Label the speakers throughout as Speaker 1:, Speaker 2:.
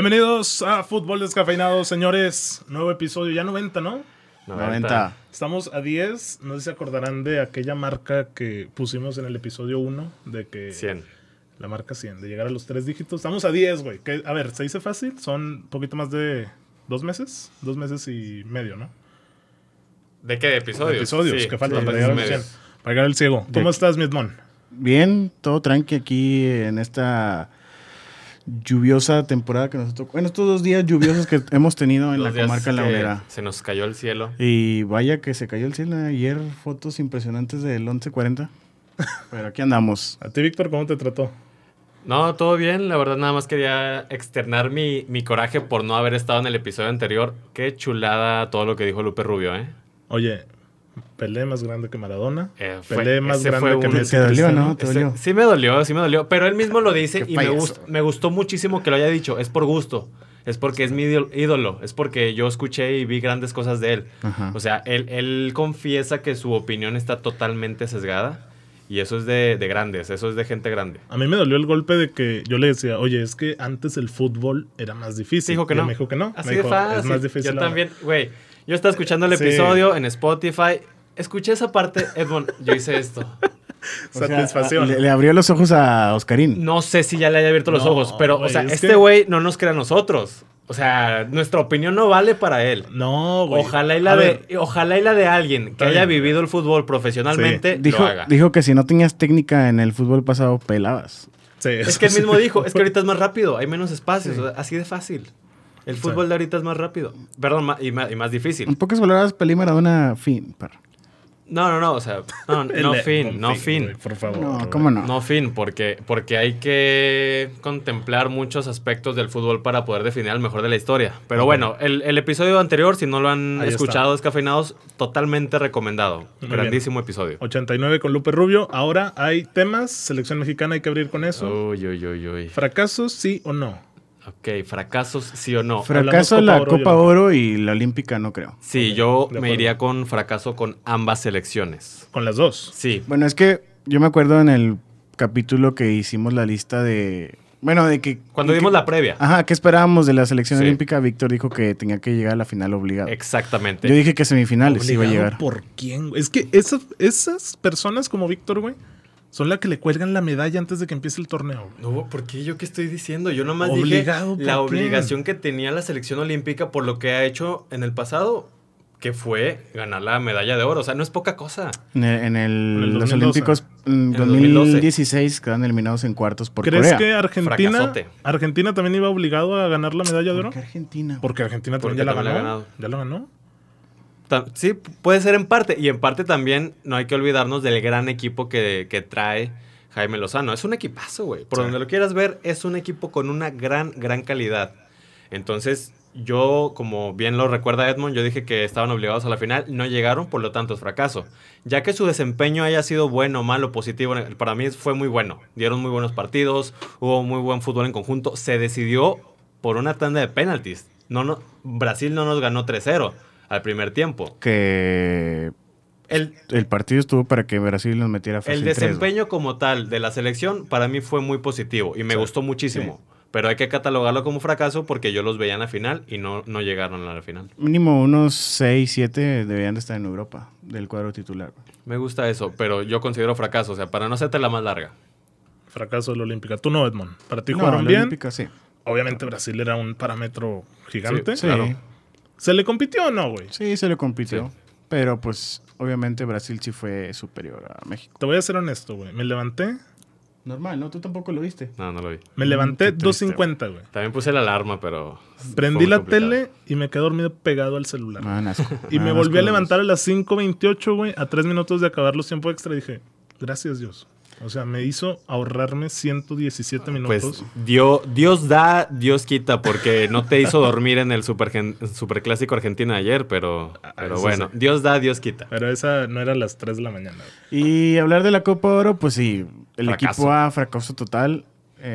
Speaker 1: Bienvenidos a Fútbol Descafeinado, señores. Nuevo episodio, ya 90, ¿no?
Speaker 2: 90.
Speaker 1: Estamos a 10. No sé si se acordarán de aquella marca que pusimos en el episodio 1 de que.
Speaker 3: 100.
Speaker 1: La marca 100, de llegar a los tres dígitos. Estamos a 10, güey. que- A ver, se dice fácil. Son poquito más de dos meses. Dos meses y medio, ¿no?
Speaker 3: ¿De qué? ¿De episodios?
Speaker 1: Episodios
Speaker 3: Sí,
Speaker 1: que faltan
Speaker 3: sí,
Speaker 1: para
Speaker 3: sí,
Speaker 1: llegar a los
Speaker 3: medio.
Speaker 1: 100. Para llegar al ciego. ¿Cómo estás, Midmon?
Speaker 2: Bien, todo tranqui aquí en esta lluviosa temporada que nos tocó. Bueno, estos dos días lluviosos que hemos tenido en
Speaker 3: Los
Speaker 2: la
Speaker 3: días
Speaker 2: comarca
Speaker 3: que
Speaker 2: lagunera.
Speaker 3: Se nos cayó el cielo.
Speaker 2: Y vaya que se cayó el cielo ayer, fotos impresionantes del 1140. Pero aquí andamos.
Speaker 1: A ti, Víctor, ¿cómo te trató?
Speaker 3: No, todo bien. La verdad, nada más quería externar mi, mi coraje por no haber estado en el episodio anterior. Qué chulada todo lo que dijo Lupe Rubio, ¿eh?
Speaker 1: Oye, Pelé más grande que Maradona.
Speaker 3: Eh, fue-
Speaker 1: Pelé más
Speaker 3: ese
Speaker 1: grande
Speaker 3: fue
Speaker 1: que
Speaker 3: un-
Speaker 1: Messi.
Speaker 2: Te dolió,
Speaker 1: Cristiano.
Speaker 2: ¿no? Te
Speaker 3: Ese-
Speaker 2: dolió.
Speaker 3: sí me dolió, sí me dolió. Pero él mismo lo dice
Speaker 2: Qué
Speaker 3: y me,
Speaker 2: payaso.
Speaker 3: gust- me gustó muchísimo que lo haya dicho. Es por gusto. Es porque es mi ídol- ídolo. Es porque yo escuché y vi grandes cosas de él.
Speaker 2: Ajá.
Speaker 1: Pues,
Speaker 3: O sea, él, él confiesa que su opinión está totalmente sesgada. Y eso es de, de grandes. Eso es de gente grande.
Speaker 1: A mí me dolió el golpe de que yo le decía, oye, es que antes el fútbol era más
Speaker 3: Sí,
Speaker 1: difícil.
Speaker 3: dijo
Speaker 1: Y
Speaker 3: que
Speaker 1: él
Speaker 3: no.
Speaker 1: Me dijo que no.
Speaker 3: Así
Speaker 1: me dijo,
Speaker 3: de fácil.
Speaker 1: Es más difícil.
Speaker 3: Yo
Speaker 1: ahora".
Speaker 3: también, güey. Yo estaba escuchando el
Speaker 1: Sí.
Speaker 3: episodio en Spotify. Escuché esa parte, Edmond. Yo hice esto.
Speaker 2: O sea,
Speaker 1: Satisfacción.
Speaker 2: le, le abrió los ojos a Oscarín.
Speaker 3: No sé si ya le haya abierto los
Speaker 1: No,
Speaker 3: ojos, pero,
Speaker 1: güey,
Speaker 3: o sea,
Speaker 1: es
Speaker 3: este
Speaker 1: que-
Speaker 3: güey no nos crea a nosotros. O sea, nuestra opinión no vale para él.
Speaker 1: No, güey.
Speaker 3: Ojalá y la
Speaker 1: A
Speaker 3: de,
Speaker 1: ver,
Speaker 3: ojalá y la de alguien que
Speaker 1: Está
Speaker 3: haya
Speaker 1: bien.
Speaker 3: vivido el fútbol profesionalmente
Speaker 2: Dijo,
Speaker 3: lo haga.
Speaker 2: dijo que si no tenías técnica en el fútbol pasado, pelabas.
Speaker 1: sí,
Speaker 3: es
Speaker 1: eso
Speaker 3: que él
Speaker 1: sí.
Speaker 3: mismo dijo, es que ahorita es más rápido, hay menos espacios, o sea, así de fácil. El
Speaker 1: Sí.
Speaker 3: fútbol de ahorita es más rápido, perdón, ma- y, ma- y más
Speaker 2: En
Speaker 3: difícil.
Speaker 2: pocas palabras, Pelé Maradona, fin. perro.
Speaker 3: No, no, no, o sea, no,
Speaker 1: El-
Speaker 3: no fin, no
Speaker 1: güey,
Speaker 3: fin.
Speaker 1: Por favor.
Speaker 2: No,
Speaker 1: güey.
Speaker 2: cómo no.
Speaker 3: No fin, porque, porque hay que contemplar muchos aspectos del fútbol para poder definir al mejor de la historia. Pero bueno, el, el episodio anterior, si no lo han
Speaker 1: Ahí está.
Speaker 3: escuchado, descafeinados, totalmente recomendado.
Speaker 1: Muy
Speaker 3: Grandísimo episodio.
Speaker 1: 89 con Lupe Rubio. Ahora hay temas. Selección mexicana, hay que abrir con
Speaker 2: Oh.
Speaker 1: eso.
Speaker 3: Uy, uy, uy, uy.
Speaker 1: ¿Fracasos, sí o no?
Speaker 3: Ok, fracasos sí o no.
Speaker 1: Fra-
Speaker 2: Fracaso
Speaker 1: Hablamos
Speaker 2: la
Speaker 1: Copa Oro,
Speaker 2: Copa
Speaker 1: yo no
Speaker 2: Oro, y la Olímpica, no creo.
Speaker 3: sí, yo
Speaker 1: de
Speaker 3: me
Speaker 1: acuerdo.
Speaker 3: iría con fracaso con ambas selecciones.
Speaker 1: Con las dos.
Speaker 3: Sí.
Speaker 2: Bueno, es que yo me acuerdo en el capítulo que hicimos la lista de. Bueno, de que.
Speaker 3: Cuando
Speaker 2: que-
Speaker 3: dimos la previa.
Speaker 1: Ah,
Speaker 2: Ajá, ¿qué esperábamos de la selección
Speaker 3: Sí.
Speaker 2: olímpica? Víctor dijo que tenía que llegar a la final obligado.
Speaker 3: Exactamente.
Speaker 2: Yo dije que semifinales iba a
Speaker 1: Obligado
Speaker 2: llegar.
Speaker 1: ¿Por quién? güey? Es que esas, esas personas como Víctor, güey, son las que le cuelgan la medalla antes de que empiece el torneo. güey.
Speaker 3: No, ¿por qué yo qué estoy diciendo? Yo nomás
Speaker 1: Obligado,
Speaker 3: dije
Speaker 1: ¿por
Speaker 3: la
Speaker 1: qué?
Speaker 3: obligación que tenía la selección olímpica por lo que ha hecho en el pasado, que fue ganar la medalla de oro. O sea, no es poca cosa.
Speaker 2: En, el-
Speaker 1: En
Speaker 2: en el-
Speaker 1: el
Speaker 2: los
Speaker 1: 2012.
Speaker 2: Olímpicos mm,
Speaker 3: el
Speaker 2: 2016 quedan eliminados en cuartos por
Speaker 1: ¿Crees
Speaker 2: Corea.
Speaker 1: que Argentina,
Speaker 3: Fracasote.
Speaker 1: Argentina también iba obligado a ganar la medalla de
Speaker 2: ¿Por
Speaker 1: oro?
Speaker 2: qué Argentina?
Speaker 1: Porque Argentina
Speaker 3: Porque
Speaker 1: también ya la
Speaker 3: también
Speaker 1: ganó.
Speaker 3: la ha ganado.
Speaker 1: Ya la ganó.
Speaker 3: Ta- Sí, puede ser en parte. Y en parte también no hay que olvidarnos del gran equipo que, que trae Jaime Lozano. Es un equipazo, güey. Por
Speaker 1: Sí.
Speaker 3: donde lo quieras ver, es un equipo con una gran, gran calidad. Entonces, yo, como bien lo recuerda Edmond, yo dije que estaban obligados a la final, no llegaron, por lo tanto es fracaso. Ya que su desempeño haya sido bueno, malo, positivo, para mí fue muy bueno. Dieron muy buenos partidos, hubo muy buen fútbol en conjunto. Se decidió por una tanda de penaltis. No, no, Brasil no nos ganó 3-0 al primer tiempo.
Speaker 2: Que
Speaker 3: El,
Speaker 2: el partido estuvo para que Brasil nos metiera fácil
Speaker 3: el
Speaker 2: tres, güey.
Speaker 3: desempeño como tal de la selección para mí fue muy positivo y me gustó muchísimo. Pero hay que catalogarlo como fracaso porque yo los veía en la final y no, no llegaron a la final.
Speaker 2: Mínimo unos 6, 7 deberían de estar en Europa del cuadro titular. güey.
Speaker 3: Me gusta eso, pero yo considero fracaso. O sea, para no hacerte la más larga.
Speaker 1: Fracaso de la Olímpica. Tú no, Edmond. Para ti
Speaker 2: No,
Speaker 1: jugaron
Speaker 2: la
Speaker 1: bien.
Speaker 2: Olímpica, sí.
Speaker 1: Obviamente Brasil era un parámetro gigante.
Speaker 2: Sí,
Speaker 3: Claro.
Speaker 1: ¿Se le compitió o no, güey?
Speaker 2: sí, se le compitió.
Speaker 3: Sí.
Speaker 2: Pero pues obviamente Brasil sí fue superior a México.
Speaker 1: Te voy a ser honesto, güey. Me levanté.
Speaker 2: Normal, ¿no? Tú tampoco lo viste.
Speaker 3: No, no lo vi.
Speaker 1: Me
Speaker 2: Mm,
Speaker 1: levanté
Speaker 2: qué triste,
Speaker 1: 2.50, güey.
Speaker 3: También puse la alarma, pero.
Speaker 1: Prendí
Speaker 3: fue muy
Speaker 1: la
Speaker 3: complicado.
Speaker 1: tele y me quedé dormido pegado al celular.
Speaker 2: Ah,
Speaker 1: Y
Speaker 2: y
Speaker 1: me volví a levantar a las 5.28, güey, a tres minutos de acabar los tiempos extra. Dije, gracias Dios. O sea, me hizo ahorrarme 117 minutos.
Speaker 3: Pues dio- Dios da, Dios quita, porque no te hizo dormir en el supergen- superclásico argentino de ayer, pero,
Speaker 1: Ah,
Speaker 3: pero
Speaker 1: eso
Speaker 3: bueno, Dios da, Dios quita.
Speaker 1: Pero esa no era a las 3 de la mañana. güey.
Speaker 2: Y hablar de la Copa Oro, pues sí, el
Speaker 3: Fracaso.
Speaker 2: equipo A fracaso total.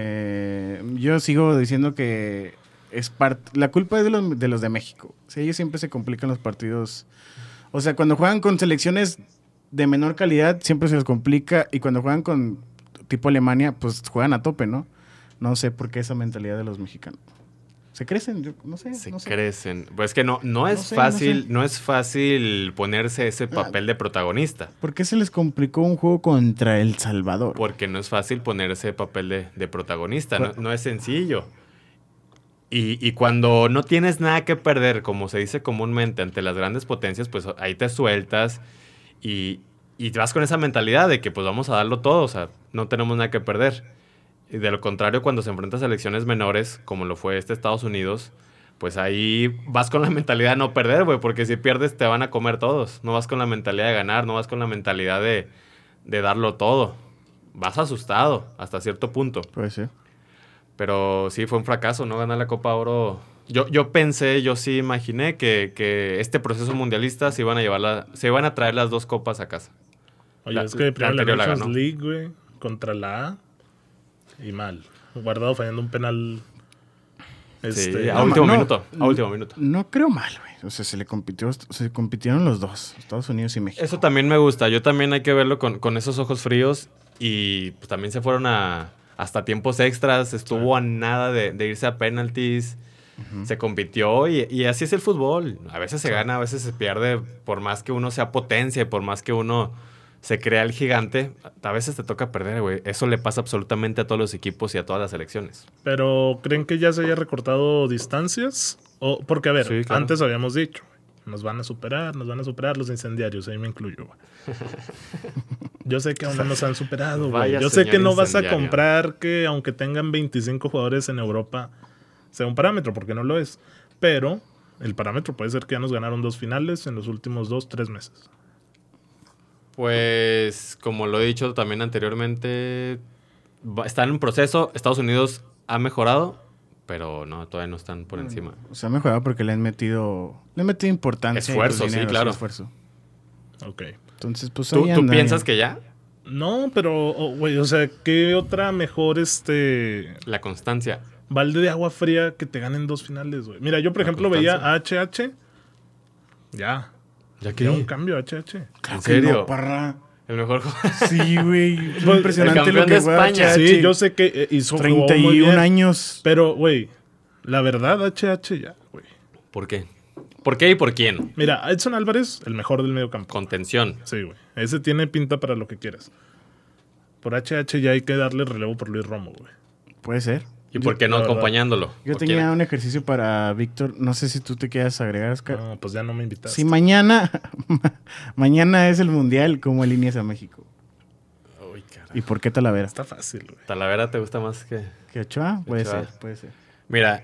Speaker 2: Eh, yo sigo diciendo que es part- la culpa es de los, de los de México. Sí, ellos siempre se complican los partidos. O sea, cuando juegan con selecciones de menor calidad, siempre se les complica. Y cuando juegan con tipo Alemania, pues juegan a tope, ¿no? No sé por qué esa mentalidad de los mexicanos. Se crecen, yo no sé.
Speaker 3: Se
Speaker 2: no sé.
Speaker 3: crecen. Pues que no, no es
Speaker 2: No sé, no
Speaker 3: fácil, no,
Speaker 2: sé.
Speaker 3: es fácil ponerse
Speaker 2: Ah.
Speaker 3: ese papel de protagonista.
Speaker 2: ¿Por qué se les complicó un juego contra El Salvador?
Speaker 3: Porque no es fácil ponerse papel de, de protagonista, no, no es sencillo. Y, y cuando no tienes nada que perder, como se dice comúnmente ante las grandes potencias, pues ahí te sueltas y, y te vas con esa mentalidad de que pues vamos a darlo todo, o sea, no tenemos nada que perder. Y de lo contrario, cuando se enfrentas a elecciones menores, como lo fue este Estados Unidos, pues ahí vas con la mentalidad de no perder, güey, porque si pierdes te van a comer todos. No vas con la mentalidad de ganar, no vas con la mentalidad de, de darlo todo. Vas asustado hasta cierto punto.
Speaker 2: Pues sí.
Speaker 3: Pero sí, fue un fracaso, ¿no? Ganar la Copa Oro. Yo, yo pensé, yo sí imaginé que, que este proceso mundialista se iban a llevar la- se iban a traer las dos copas a casa.
Speaker 1: Oye,
Speaker 3: La-
Speaker 1: es que primero
Speaker 3: la
Speaker 1: la
Speaker 3: anterior la
Speaker 1: Nations
Speaker 3: ganó.
Speaker 1: League, güey, contra la A. Y mal. Guardado fallando un penal.
Speaker 3: sí,
Speaker 1: Este,
Speaker 3: a
Speaker 1: no,
Speaker 3: último
Speaker 1: ma-
Speaker 2: no.
Speaker 3: minuto, a último minuto.
Speaker 2: No creo mal, güey. O sea, se le compitió, se compitieron los dos, Estados Unidos y México.
Speaker 3: Eso también me gusta. Yo también hay que verlo con, con esos ojos fríos. Y pues, también se fueron a hasta tiempos extras. Estuvo a nada de, de irse a penalties. Se compitió y, y así es el fútbol. A veces se gana, a veces se pierde. Por más que uno sea potencia, por más que uno se crea el gigante, a veces te toca perder, güey. Eso le pasa absolutamente a todos los equipos y a todas las selecciones.
Speaker 1: Pero ¿creen que ya se haya recortado distancias? O, porque, a ver,
Speaker 3: Sí, claro.
Speaker 1: antes habíamos dicho, nos van a superar, nos van a superar los incendiarios, ahí me incluyo. güey. Yo sé que aún no nos han superado, güey.
Speaker 3: Vaya
Speaker 1: Yo sé
Speaker 3: señor
Speaker 1: que no vas a
Speaker 3: incendiario.
Speaker 1: comprar que aunque tengan 25 jugadores en Europa, sea un parámetro, porque no lo es. Pero el parámetro puede ser que ya nos ganaron dos finales en los últimos dos, tres meses.
Speaker 3: Pues, como lo he dicho también anteriormente, va- está en un proceso. Estados Unidos ha mejorado, pero no, todavía no están
Speaker 2: Mm.
Speaker 3: por encima.
Speaker 2: O sea, me jugaba porque le han metido, le han metido importancia. y, pues,
Speaker 3: Esfuerzo, sí,
Speaker 2: dinero,
Speaker 3: claro.
Speaker 2: Esfuerzo.
Speaker 1: Ok.
Speaker 2: Entonces, pues
Speaker 3: ¿Tú,
Speaker 2: ahí
Speaker 3: tú
Speaker 2: anda,
Speaker 3: piensas
Speaker 2: eh.
Speaker 3: que ya?
Speaker 1: No, pero, oh, güey, o sea, ¿qué otra mejor este
Speaker 3: La constancia.
Speaker 1: balde de agua fría que te ganen dos finales, güey. Mira, yo por
Speaker 3: La
Speaker 1: ejemplo veía a HH. Ya.
Speaker 3: ¿Ya
Speaker 1: Ya un cambio HH.
Speaker 2: Claro
Speaker 3: ¿En
Speaker 2: que no,
Speaker 3: serio?
Speaker 2: parra.
Speaker 3: El mejor jugador.
Speaker 2: Sí, güey. Es
Speaker 1: Pues,
Speaker 2: impresionante
Speaker 3: el
Speaker 2: lo
Speaker 3: campeón
Speaker 2: que
Speaker 3: de
Speaker 2: juega
Speaker 3: España.
Speaker 2: HH.
Speaker 1: Sí, yo sé que eh, hizo jugó muy
Speaker 2: 31
Speaker 1: bien,
Speaker 2: años.
Speaker 1: Pero, güey, la verdad, HH ya, güey.
Speaker 3: ¿Por qué? ¿Por qué y por quién?
Speaker 1: Mira, Edson Álvarez, el mejor del medio campo.
Speaker 3: Contención.
Speaker 1: Sí, güey. Ese tiene pinta para lo que quieras. Por HH ya hay que darle relevo por Luis Romo, güey.
Speaker 2: Puede ser.
Speaker 3: ¿Y por qué no
Speaker 1: la verdad.
Speaker 3: acompañándolo?
Speaker 2: Yo
Speaker 3: ¿O
Speaker 2: tenía
Speaker 3: quién?
Speaker 2: un ejercicio para Víctor. No sé si tú te quieras agregar, Oscar.
Speaker 1: No, pues ya no me invitaste.
Speaker 2: Si mañana, mañana es el mundial, ¿cómo alineas a México?
Speaker 3: Uy, carajo.
Speaker 2: ¿Y por qué Talavera?
Speaker 1: Está fácil, güey.
Speaker 3: Talavera te gusta más que.
Speaker 2: ¿Que Ochoa? Puede
Speaker 3: Ochoa.
Speaker 2: ser, puede ser.
Speaker 3: Mira,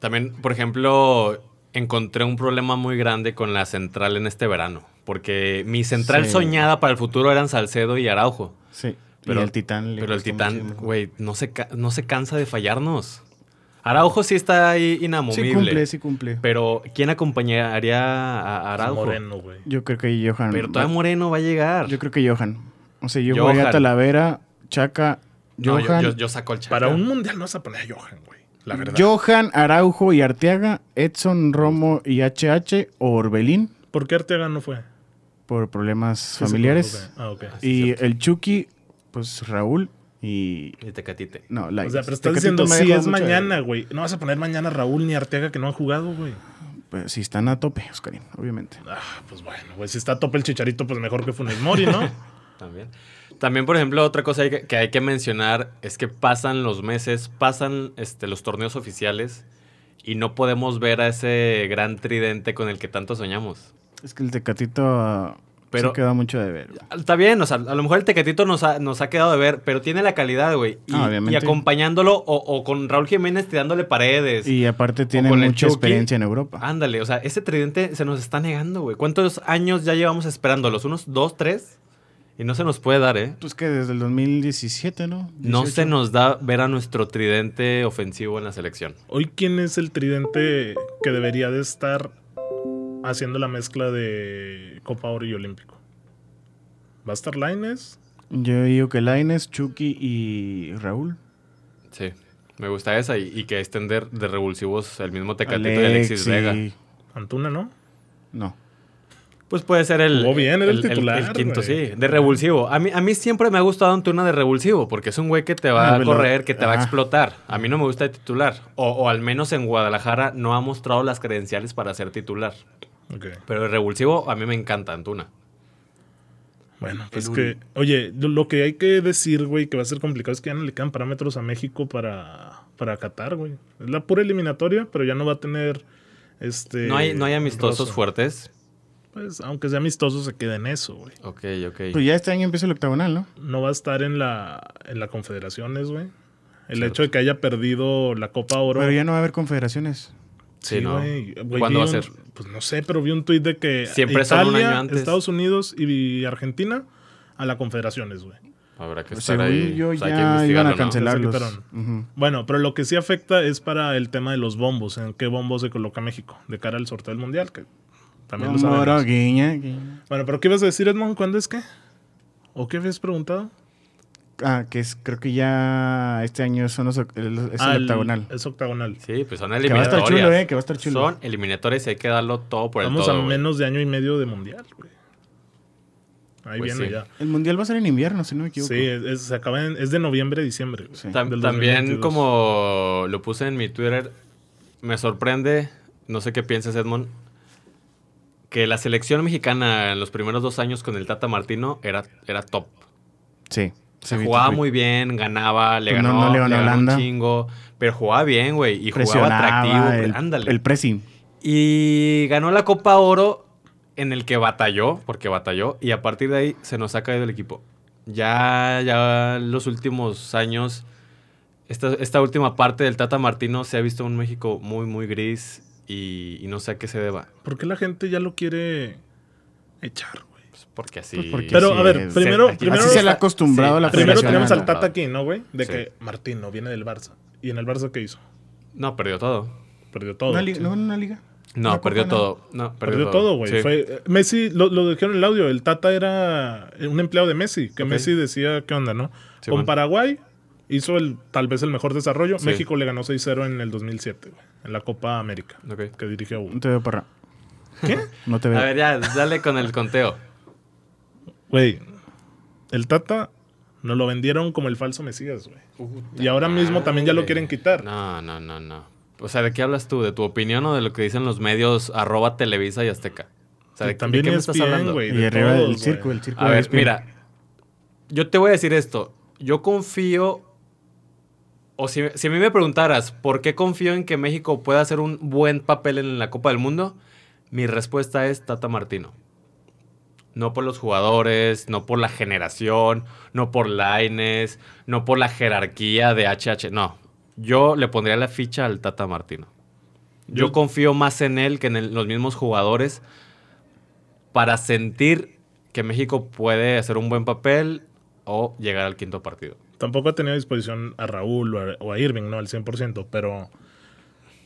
Speaker 3: también, por ejemplo, encontré un problema muy grande con la central en este verano. Porque mi central
Speaker 2: Sí.
Speaker 3: soñada para el futuro eran Salcedo y Araujo.
Speaker 2: Sí.
Speaker 3: Pero-
Speaker 2: y el Titán. le
Speaker 3: Pero el
Speaker 2: costó
Speaker 3: Titán,
Speaker 2: muchísimo.
Speaker 3: güey, no se, ca- no se cansa de fallarnos. Araujo sí está ahí inamovible.
Speaker 2: Sí cumple, sí cumple.
Speaker 3: Pero ¿quién acompañaría a Araujo?
Speaker 1: Moreno, güey.
Speaker 2: Yo creo que Johan.
Speaker 3: Pero todavía Moreno va a llegar.
Speaker 2: Ah. Yo creo que Johan. O sea, yo
Speaker 3: Johan.
Speaker 2: jugaría Talavera, Chaca,
Speaker 3: No, yo,
Speaker 2: Johan,
Speaker 3: yo- yo saco el Chaca.
Speaker 1: Para un mundial no vas a poner a Johan, güey. La verdad.
Speaker 2: Johan, Araujo y Arteaga, Edson, Romo y HH o Orbelín
Speaker 1: ¿Por qué Arteaga no fue?
Speaker 2: por problemas
Speaker 1: Sí, sí,
Speaker 2: familiares.
Speaker 1: ok. Ah, ok.
Speaker 2: Y el Chucky, pues Raúl y...
Speaker 3: Y Tecatite.
Speaker 2: No, la
Speaker 1: O sea, pero
Speaker 2: este
Speaker 1: estás
Speaker 2: Catito
Speaker 1: diciendo
Speaker 2: me ha
Speaker 1: si
Speaker 2: dejado
Speaker 1: es
Speaker 2: mucho de-
Speaker 1: mañana, güey. No vas a poner mañana a Raúl ni a Arteaga que no han jugado, güey.
Speaker 2: Pues, si están a tope, Oscarín, obviamente.
Speaker 1: Ah, pues bueno, güey. Si está a tope el chicharito, pues mejor que Funes Mori, ¿no?
Speaker 3: También. También, por ejemplo, otra cosa hay que, que hay que mencionar es que pasan los meses, pasan este, los torneos oficiales y no podemos ver a ese gran tridente con el que tanto soñamos.
Speaker 2: Es que el Tecatito ah,
Speaker 3: Pero-
Speaker 2: se queda mucho de ver. güey.
Speaker 3: Está bien, o sea, a lo mejor el Tecatito nos ha, nos ha quedado de ver, pero tiene la calidad, güey. Y,
Speaker 2: Ah,
Speaker 3: y
Speaker 2: obviamente.
Speaker 3: acompañándolo o, o con Raúl Jiménez tirándole paredes.
Speaker 2: Y aparte tiene
Speaker 3: con el
Speaker 2: mucha
Speaker 3: Chucky. Ah,
Speaker 2: experiencia en Europa.
Speaker 3: Ándale, o sea, ese tridente se nos está negando, güey. ¿Cuántos años ya llevamos esperándolos? ¿Unos dos, tres? Y no se nos puede dar, ¿eh?
Speaker 2: Pues que desde el 2017, ¿no?
Speaker 3: No
Speaker 2: 18.
Speaker 3: se nos da ver a nuestro tridente ofensivo en la selección.
Speaker 1: Hoy, ¿quién es el tridente que debería de estar haciendo la mezcla de Copa Oro y Olímpico? ¿Va a estar Laines?
Speaker 2: Yo digo que Laines, Chucky y Raúl.
Speaker 3: Sí, me gusta esa y, y que extender de revulsivos el mismo Tecatito y Alexis
Speaker 2: Alexi.
Speaker 3: Vega.
Speaker 1: ¿Antuna no?
Speaker 2: No.
Speaker 3: pues puede ser el,
Speaker 1: Jugó bien, era el titular,
Speaker 3: quinto,
Speaker 1: güey.
Speaker 3: sí, de revulsivo. A mí, a mí siempre me ha gustado Antuna de revulsivo, porque es un güey que te va
Speaker 2: Ah,
Speaker 3: a
Speaker 2: velo-
Speaker 3: correr, que te va a
Speaker 2: ajá.
Speaker 3: explotar. A mí no me gusta de titular, o, o al menos en Guadalajara no ha mostrado las credenciales para ser titular.
Speaker 1: Ok.
Speaker 3: Pero de revulsivo a mí me encanta Antuna.
Speaker 1: Bueno, pues
Speaker 2: El
Speaker 1: que, oye, lo- lo que hay que decir, güey, que va a ser complicado es que ya no le quedan parámetros a México para, para Qatar, güey. Es la pura eliminatoria, pero ya no va a tener este.
Speaker 3: no, hay, no hay amistosos
Speaker 1: rosa.
Speaker 3: fuertes.
Speaker 1: Pues aunque sea amistoso, se queda en eso, güey.
Speaker 3: Ok, ok.
Speaker 2: Pues ya este año empieza el octagonal, ¿no?
Speaker 1: No va a estar en la, en la Confederaciones, güey. El
Speaker 3: Cierto.
Speaker 1: hecho de que haya perdido la Copa Oro.
Speaker 2: Pero ya no va a haber confederaciones.
Speaker 3: Sí, ¿no?
Speaker 1: güey. Güey,
Speaker 3: ¿Cuándo
Speaker 1: vi
Speaker 3: va a
Speaker 1: un-
Speaker 3: ser?
Speaker 1: Pues no sé, pero vi un tuit de que
Speaker 3: Siempre son
Speaker 1: Italia,
Speaker 3: un año antes.
Speaker 1: Estados Unidos y Argentina a la Confederaciones, güey.
Speaker 3: Habrá que estar
Speaker 2: Pues Según
Speaker 3: ahí.
Speaker 2: yo
Speaker 3: O sea, hay que
Speaker 2: ya iban
Speaker 3: investigarlo,
Speaker 2: a
Speaker 3: ¿no?
Speaker 2: cancelarlos.
Speaker 1: Ya se
Speaker 2: Ujú.
Speaker 1: Bueno, pero lo que sí afecta es para el tema de los bombos, en qué bombos se coloca México de cara al sorteo del mundial, que también lo
Speaker 2: Vamos,
Speaker 1: sabemos.
Speaker 2: ahora, guiña, guiña.
Speaker 1: Bueno, pero ¿qué ibas a decir, Edmond? ¿Cuándo es qué? ¿O qué habías preguntado?
Speaker 2: Ah, que es, creo que ya este año son los, oc- el- es
Speaker 1: Ah,
Speaker 2: el octagonal.
Speaker 1: Es octagonal.
Speaker 3: Sí, pues son
Speaker 2: Que va a estar
Speaker 3: eliminatorias.
Speaker 2: chulo, ¿eh? Que va a estar chulo.
Speaker 3: Son eliminatorias y hay que darlo todo por
Speaker 1: Estamos
Speaker 3: el todo.
Speaker 1: a
Speaker 3: güey.
Speaker 1: menos de año y medio de mundial, güey. Ahí
Speaker 3: Pues
Speaker 1: viene
Speaker 3: sí.
Speaker 1: ya.
Speaker 2: El mundial va a ser en invierno, si no me equivoco.
Speaker 1: Sí, eh. es, es- se acaba en- es de noviembre, diciembre. güey,
Speaker 2: Sí.
Speaker 3: Tam-
Speaker 1: del
Speaker 3: también
Speaker 1: 2022.
Speaker 3: como lo puse en mi Twitter, me sorprende, no sé qué piensas Edmond, que la selección mexicana en los primeros dos años con el Tata Martino era, era top.
Speaker 2: Sí.
Speaker 3: Se
Speaker 2: Sí,
Speaker 3: jugaba
Speaker 2: vi tu
Speaker 3: muy bien, ganaba, le
Speaker 2: Pues no,
Speaker 3: ganó,
Speaker 2: no le
Speaker 3: le
Speaker 2: ganó
Speaker 3: ganó un
Speaker 2: Holanda.
Speaker 3: chingo, pero jugaba bien, güey, y
Speaker 2: tweet.
Speaker 3: jugaba atractivo,
Speaker 2: Presionaba
Speaker 3: pre-
Speaker 2: el,
Speaker 3: ándale.
Speaker 2: el pressing.
Speaker 3: Y ganó la Copa Oro en el que batalló, porque batalló, y a partir de ahí se nos ha caído el equipo. Ya, ya los últimos años, esta, esta última parte del Tata Martino se ha visto un México muy, muy gris y, y no sé a qué se deba.
Speaker 1: ¿Por qué la gente ya lo quiere echar, güey?
Speaker 3: Pues porque así...
Speaker 2: Pues porque
Speaker 1: Pero,
Speaker 2: sí
Speaker 1: a ver,
Speaker 2: es.
Speaker 1: primero-
Speaker 3: aquí-
Speaker 1: primero-
Speaker 2: Así se le ha acostumbrado a la
Speaker 1: Primero
Speaker 2: Federación
Speaker 1: tenemos al
Speaker 2: Mexicana.
Speaker 1: Tata aquí, ¿no, güey? De
Speaker 3: Sí.
Speaker 1: que Martino viene del Barça. ¿Y en el Barça qué hizo?
Speaker 3: No, perdió todo.
Speaker 1: Perdió todo.
Speaker 2: Una liga-
Speaker 1: Sí.
Speaker 2: ¿No una liga?
Speaker 3: No,
Speaker 2: Una copa,
Speaker 3: perdió
Speaker 2: no.
Speaker 3: todo. No, perdió,
Speaker 1: Perdió todo, güey.
Speaker 3: Sí.
Speaker 1: Fue- eh, Messi, lo, lo dijeron en el audio, el Tata era un empleado de Messi, que
Speaker 3: Ok.
Speaker 1: Messi decía, ¿qué onda, no?
Speaker 3: Sí,
Speaker 1: Con
Speaker 3: man.
Speaker 1: Paraguay hizo el tal vez el mejor desarrollo.
Speaker 3: Sí.
Speaker 1: México le ganó 6-0 en el 2007, güey, en la Copa América,
Speaker 3: Ok.
Speaker 1: que dirige
Speaker 2: No
Speaker 1: Hugo.
Speaker 2: te veo, parra.
Speaker 1: ¿Qué?
Speaker 2: No te
Speaker 3: A
Speaker 2: veo.
Speaker 3: ver, ya, dale con el conteo.
Speaker 1: Güey, el Tata nos lo vendieron como el falso Mesías, güey. Y ahora mismo también ya lo
Speaker 3: Madre.
Speaker 1: quieren quitar.
Speaker 3: No, no, no, no. O sea, ¿de qué hablas tú? ¿De tu opinión o de lo que dicen los medios arroba Televisa y Azteca? O sea,
Speaker 1: Y
Speaker 3: ¿de, de
Speaker 1: también
Speaker 3: qué me
Speaker 1: ESPN,
Speaker 3: estás hablando?
Speaker 1: güey.
Speaker 2: y
Speaker 1: de
Speaker 2: arriba
Speaker 1: todos,
Speaker 2: del
Speaker 1: güey.
Speaker 2: circo, el circo.
Speaker 3: A
Speaker 2: de
Speaker 3: ver,
Speaker 2: ESPN.
Speaker 3: mira. Yo te voy a decir esto. Yo confío... O si, si a mí me preguntaras por qué confío en que México pueda hacer un buen papel en la Copa del Mundo, mi respuesta es Tata Martino. No por los jugadores, no por la generación, no por Laines, no por la jerarquía de HH. No, yo le pondría la ficha al Tata Martino. Yo,
Speaker 1: Yo-
Speaker 3: confío más en él que en el- los mismos jugadores para sentir que México puede hacer un buen papel o llegar al quinto partido.
Speaker 1: Tampoco ha tenido a disposición a Raúl o a, o a Irving, ¿no? Al 100%, pero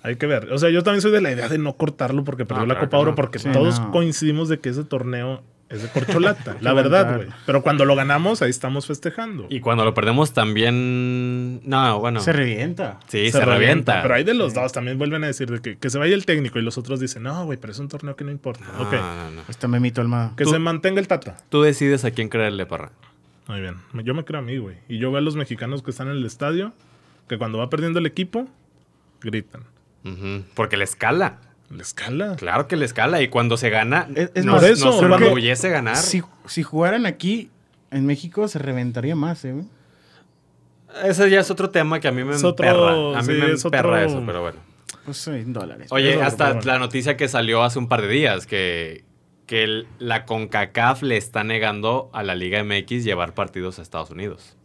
Speaker 1: hay que ver. O sea, yo también soy de la idea de no cortarlo porque perdió
Speaker 3: No,
Speaker 1: la
Speaker 3: Ah, claro
Speaker 1: Copa
Speaker 3: que
Speaker 1: Oro,
Speaker 3: no.
Speaker 1: porque
Speaker 2: Sí,
Speaker 1: todos
Speaker 2: no.
Speaker 1: coincidimos de que ese torneo es de corcholata, la verdad, güey.
Speaker 2: aguantar.
Speaker 1: Pero cuando lo ganamos, ahí estamos festejando.
Speaker 3: Y cuando lo perdemos también... No, bueno.
Speaker 2: Se revienta.
Speaker 3: sí, se, revienta.
Speaker 1: Pero hay de los dos, también vuelven a decir de que, que se vaya el técnico y los otros dicen, no, güey, pero es un torneo que no importa.
Speaker 3: No,
Speaker 1: ok,
Speaker 3: no, no.
Speaker 2: Está Memito Almada.
Speaker 1: que
Speaker 3: Ah. Tú-
Speaker 1: se mantenga el tata.
Speaker 3: Tú decides a quién creerle, Parra.
Speaker 1: Muy bien. Yo me creo a mí, güey. Y yo veo a los mexicanos que están en el estadio, que cuando va perdiendo el equipo, gritan.
Speaker 3: Ujú, Porque le escala.
Speaker 1: La escala.
Speaker 3: Claro que le escala. Y cuando se gana,
Speaker 2: Es- es
Speaker 3: nos,
Speaker 1: por eso,
Speaker 3: nos
Speaker 1: creo que-
Speaker 3: enorgullece ganar.
Speaker 2: Si, si jugaran aquí, en México, se reventaría más, ¿eh? güey?
Speaker 3: Ese ya es otro tema que a mí me
Speaker 1: Es otro-
Speaker 3: emperra. A mí
Speaker 1: sí,
Speaker 3: me
Speaker 1: es
Speaker 3: emperra
Speaker 1: otro-
Speaker 3: eso, pero bueno.
Speaker 2: Pues en dólares.
Speaker 3: Oye,
Speaker 1: otro
Speaker 3: hasta
Speaker 1: problema.
Speaker 3: la noticia que salió hace un par de días, que, que el- la CONCACAF le está negando a la Liga MX llevar partidos a Estados Unidos.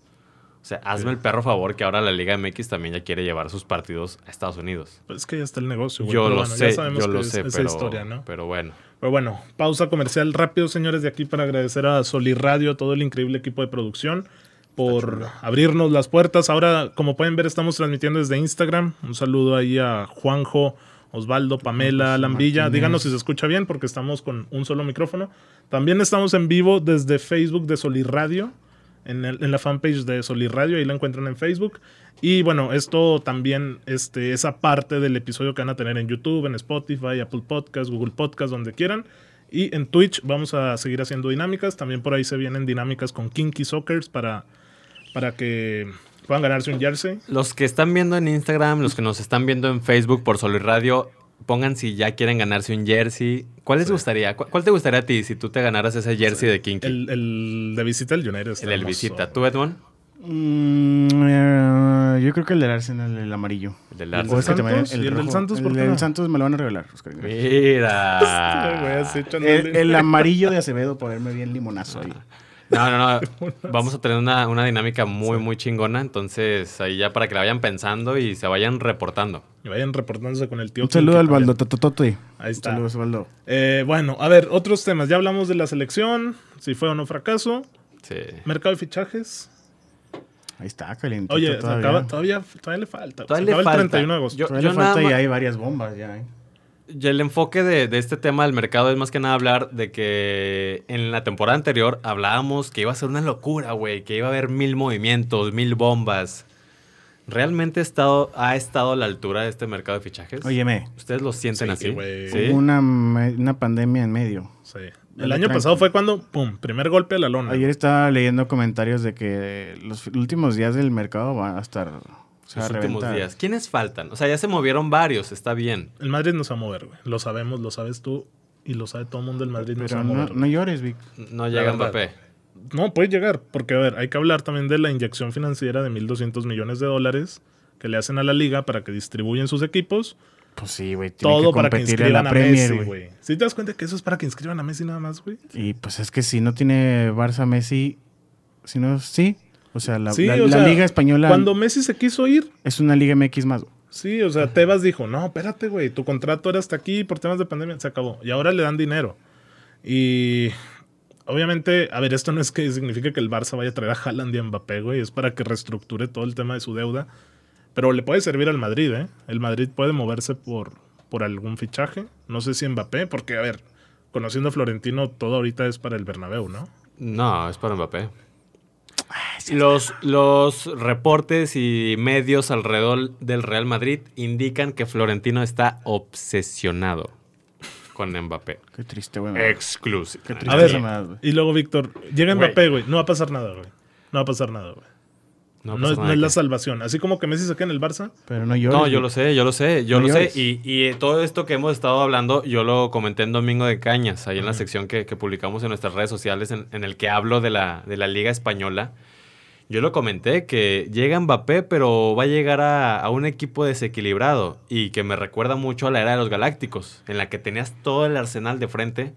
Speaker 3: O sea, hazme el perro favor que ahora la Liga MX también ya quiere llevar sus partidos a Estados Unidos.
Speaker 1: Pues es que ya está el negocio, güey.
Speaker 3: yo
Speaker 1: Pero
Speaker 3: lo
Speaker 1: bueno,
Speaker 3: sé,
Speaker 1: ya sabemos
Speaker 3: yo
Speaker 1: que
Speaker 3: lo
Speaker 1: es-
Speaker 3: sé,
Speaker 1: esa
Speaker 3: pero,
Speaker 1: historia, ¿no?
Speaker 3: pero bueno.
Speaker 1: Pero bueno, pausa comercial rápido, señores, de aquí para agradecer a Soli Radio, todo el increíble equipo de producción, por abrirnos las puertas. Ahora, como pueden ver, estamos transmitiendo desde Instagram. Un saludo ahí a Juanjo, Osvaldo, Pamela,
Speaker 2: José
Speaker 1: Lambilla.
Speaker 2: Martínez.
Speaker 1: Díganos si se escucha bien, porque estamos con un solo micrófono. También estamos en vivo desde Facebook de Soli Radio. En, el- en la fanpage de Soli Radio, ahí la encuentran en Facebook. Y bueno, esto también este, es aparte del episodio que van a tener en YouTube, en Spotify, Apple Podcast, Google Podcast, donde quieran. Y en Twitch vamos a seguir haciendo dinámicas. También por ahí se vienen dinámicas con Kinky Soccers para, para que puedan ganarse un jersey.
Speaker 3: Los que están viendo en Instagram, los que nos están viendo en Facebook por Solo y Radio, pongan si ya quieren ganarse un jersey. ¿Cuál les gustaría? ¿Cu- ¿Cuál te gustaría a ti si tú te ganaras ese jersey de Kinky?
Speaker 1: El,
Speaker 3: El,
Speaker 1: el de visita el United. está
Speaker 3: del
Speaker 1: hermoso.
Speaker 3: visita. ¿Tú, Edmond?
Speaker 2: Mm, eh, yo creo que el del Arsenal, el amarillo.
Speaker 3: El del
Speaker 1: ¿El
Speaker 2: O
Speaker 3: Arsenal.
Speaker 2: es que te me-
Speaker 1: Santos? ¿Y el del
Speaker 2: rojo.
Speaker 1: Santos por
Speaker 2: El
Speaker 1: qué
Speaker 2: del
Speaker 1: no?
Speaker 2: Santos me lo van a regalar, Oscar. Gracias.
Speaker 1: Ay, Este güey,
Speaker 3: Mira.
Speaker 1: así echándole-
Speaker 2: El, el amarillo de Acevedo, ponerme bien limonazo ahí.
Speaker 3: No, no, no. Vamos a tener una, una dinámica muy, muy chingona. Entonces, ahí ya para que la vayan pensando y se vayan reportando.
Speaker 1: Y vayan reportándose con el tío.
Speaker 2: Un
Speaker 1: Kinky
Speaker 2: saludo al Baldo
Speaker 1: también.
Speaker 2: Tototote.
Speaker 1: Ahí
Speaker 2: Un
Speaker 1: está.
Speaker 2: saludo, Osvaldo.
Speaker 1: Eh, bueno, a ver, otros temas. Ya hablamos de la selección, si fue o no fracaso.
Speaker 3: Sí.
Speaker 1: Mercado de fichajes.
Speaker 2: Ahí está, calientito
Speaker 1: Oye, se acaba-
Speaker 2: todavía.
Speaker 1: todavía. todavía, le falta. se
Speaker 3: Todavía le
Speaker 1: acaba
Speaker 3: falta.
Speaker 1: el 31 de agosto.
Speaker 3: Yo-
Speaker 2: Todavía le
Speaker 3: nada
Speaker 2: falta y
Speaker 3: ma-
Speaker 2: hay varias bombas ya. ¿eh?
Speaker 3: Y el enfoque de, de este tema del mercado es más que nada hablar de que en la temporada anterior hablábamos que iba a ser una locura, güey, que iba a haber mil movimientos, mil bombas. ¿Realmente ha estado, ha estado a la altura de este mercado de fichajes?
Speaker 2: Óyeme,
Speaker 3: ¿Ustedes lo sienten
Speaker 1: Sí,
Speaker 3: así?
Speaker 1: güey.
Speaker 3: ¿Sí?
Speaker 2: hubo una, me- una pandemia en medio.
Speaker 1: Sí. El
Speaker 2: Dale,
Speaker 1: año
Speaker 2: tranqui.
Speaker 1: pasado fue cuando, pum, primer golpe a la
Speaker 3: Mm.
Speaker 1: lona.
Speaker 2: Ayer estaba leyendo comentarios de que los f- últimos días del mercado van a estar. se va
Speaker 3: Los
Speaker 2: a
Speaker 3: últimos
Speaker 2: reventar.
Speaker 3: días. ¿Quiénes faltan? O sea, ya se movieron varios, está bien.
Speaker 1: El Madrid nos va a mover, güey. Lo sabemos, lo sabes tú y lo sabe todo el mundo. El Madrid nos va
Speaker 2: Pero
Speaker 1: a
Speaker 2: no,
Speaker 1: mover.
Speaker 2: no
Speaker 1: No,
Speaker 2: llores, Vic.
Speaker 3: No llega
Speaker 1: verdad.
Speaker 3: Mbappé.
Speaker 1: puede llegar, porque a ver, hay que hablar también de la inyección financiera de 1.200 millones de dólares que le hacen a la liga para que distribuyen sus equipos.
Speaker 2: Pues sí, güey. tienen
Speaker 1: Todo para que
Speaker 2: competir en
Speaker 1: inscriban a Messi,
Speaker 2: güey.
Speaker 1: güey. ¿Sí te das cuenta que eso es para que inscriban a Messi nada más, güey?
Speaker 2: Y pues es que si no tiene Barça Messi, si no, sí. O sea, la,
Speaker 1: Sí,
Speaker 2: la-
Speaker 1: o
Speaker 2: la
Speaker 1: sea,
Speaker 2: Liga Española
Speaker 1: Cuando Messi se quiso ir,
Speaker 2: es una Liga MX más.
Speaker 1: Sí, o sea, Tebas dijo, no, espérate, güey, tu contrato era hasta aquí por temas de pandemia, se acabó. Y ahora le dan dinero. Y obviamente, a ver, esto no es que signifique que el Barça vaya a traer a Haaland y a Mbappé, güey, es para que reestructure todo el tema de su deuda. Pero le puede servir al Madrid, ¿eh? El Madrid puede moverse por, por algún fichaje, no sé si Mbappé, porque, a ver, conociendo a Florentino, todo ahorita es para el Bernabéu, ¿no?
Speaker 3: No, es para Mbappé. Los, los reportes y medios alrededor del Real Madrid indican que Florentino está obsesionado con Mbappé.
Speaker 2: Qué triste, güey.
Speaker 3: Exclusive.
Speaker 2: Qué triste.
Speaker 1: Ah. A ver,
Speaker 2: más, güey.
Speaker 1: y luego Víctor, llega
Speaker 3: Güey.
Speaker 1: Mbappé, güey, no va a pasar nada, güey. No va a pasar nada, güey. No,
Speaker 3: pasa
Speaker 1: es- no
Speaker 3: nada
Speaker 1: es la
Speaker 3: aquí.
Speaker 1: salvación. Así como que Messi se queda en el Barça.
Speaker 2: Pero no llores.
Speaker 3: No, yo
Speaker 2: güey.
Speaker 3: lo sé, yo lo sé, yo
Speaker 2: No
Speaker 3: lo sé.
Speaker 2: llores.
Speaker 3: Y, y, eh, todo esto que hemos estado hablando, yo lo comenté en Domingo de Cañas, ahí en la sección que, que publicamos en nuestras redes sociales, en, en el que hablo de la, de la Liga Española. Yo lo comenté que llega Mbappé, pero va a llegar a, a un equipo desequilibrado y que me recuerda mucho a la era de los Galácticos, en la que tenías todo el arsenal de frente,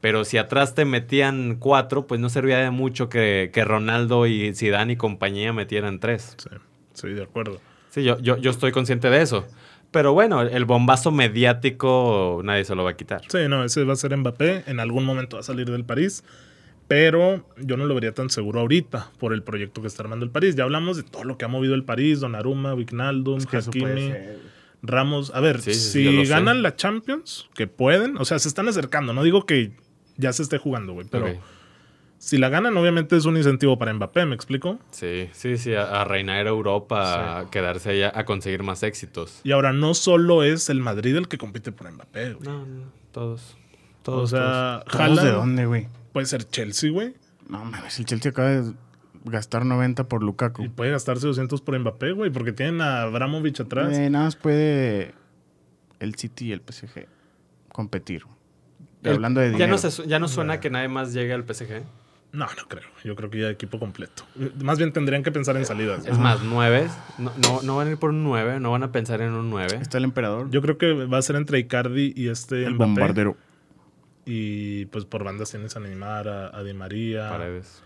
Speaker 3: pero si atrás te metían cuatro, pues no servía de mucho que, que Ronaldo y Zidane y compañía metieran tres.
Speaker 1: Sí, sí, de acuerdo.
Speaker 3: Sí, yo, yo, yo estoy consciente de eso. Pero bueno, el bombazo mediático nadie se lo va a quitar.
Speaker 1: Sí, no, ese va a ser Mbappé. En algún momento va a salir del París. Pero yo no lo vería tan seguro ahorita por el proyecto que está armando el París. Ya hablamos de todo lo que ha movido el París, Donnarumma, Wijnaldum,
Speaker 2: Es que eso puede
Speaker 1: Hakimi,
Speaker 2: ser, güey.
Speaker 1: Ramos. A ver,
Speaker 3: Sí, sí, sí, yo
Speaker 1: si
Speaker 3: lo sé.
Speaker 1: ganan la Champions, que pueden, o sea, se están acercando. No digo que ya se esté jugando, güey, pero
Speaker 3: Ok.
Speaker 1: si la ganan, obviamente es un incentivo para Mbappé, ¿me explico?
Speaker 3: Sí, sí, sí, a, a reinar Europa, a quedarse allá, a conseguir más éxitos.
Speaker 1: Y ahora no solo es el Madrid el que compite por Mbappé, güey.
Speaker 3: No, no, todos. Todos.
Speaker 1: o sea,
Speaker 2: ¿Todos de
Speaker 1: Haaland
Speaker 2: dónde, güey?
Speaker 1: puede ser Chelsea, güey.
Speaker 2: No mames, el Chelsea acaba de gastar 90 por Lukaku.
Speaker 1: Y puede gastarse 200 por Mbappé, güey, porque tienen a Abramovich atrás.
Speaker 2: Eh, nada más puede el City y el PSG competir.
Speaker 3: El-
Speaker 2: Hablando de
Speaker 3: todos.
Speaker 2: dinero.
Speaker 3: Ya no, se su- ya no suena que nadie más llegue al PSG.
Speaker 1: No, no creo. Yo creo que ya equipo completo. Más bien tendrían que pensar en salidas. güey.
Speaker 3: Es más, nueve. No, no, no van a ir por un nueve, no van a pensar en un nueve.
Speaker 2: Está el emperador.
Speaker 1: Yo creo que va a ser entre Icardi y este
Speaker 2: el
Speaker 1: Mbappé.
Speaker 2: bombardero.
Speaker 1: Y pues por bandas tienes a Neymar, a, a Di María.
Speaker 3: Paredes.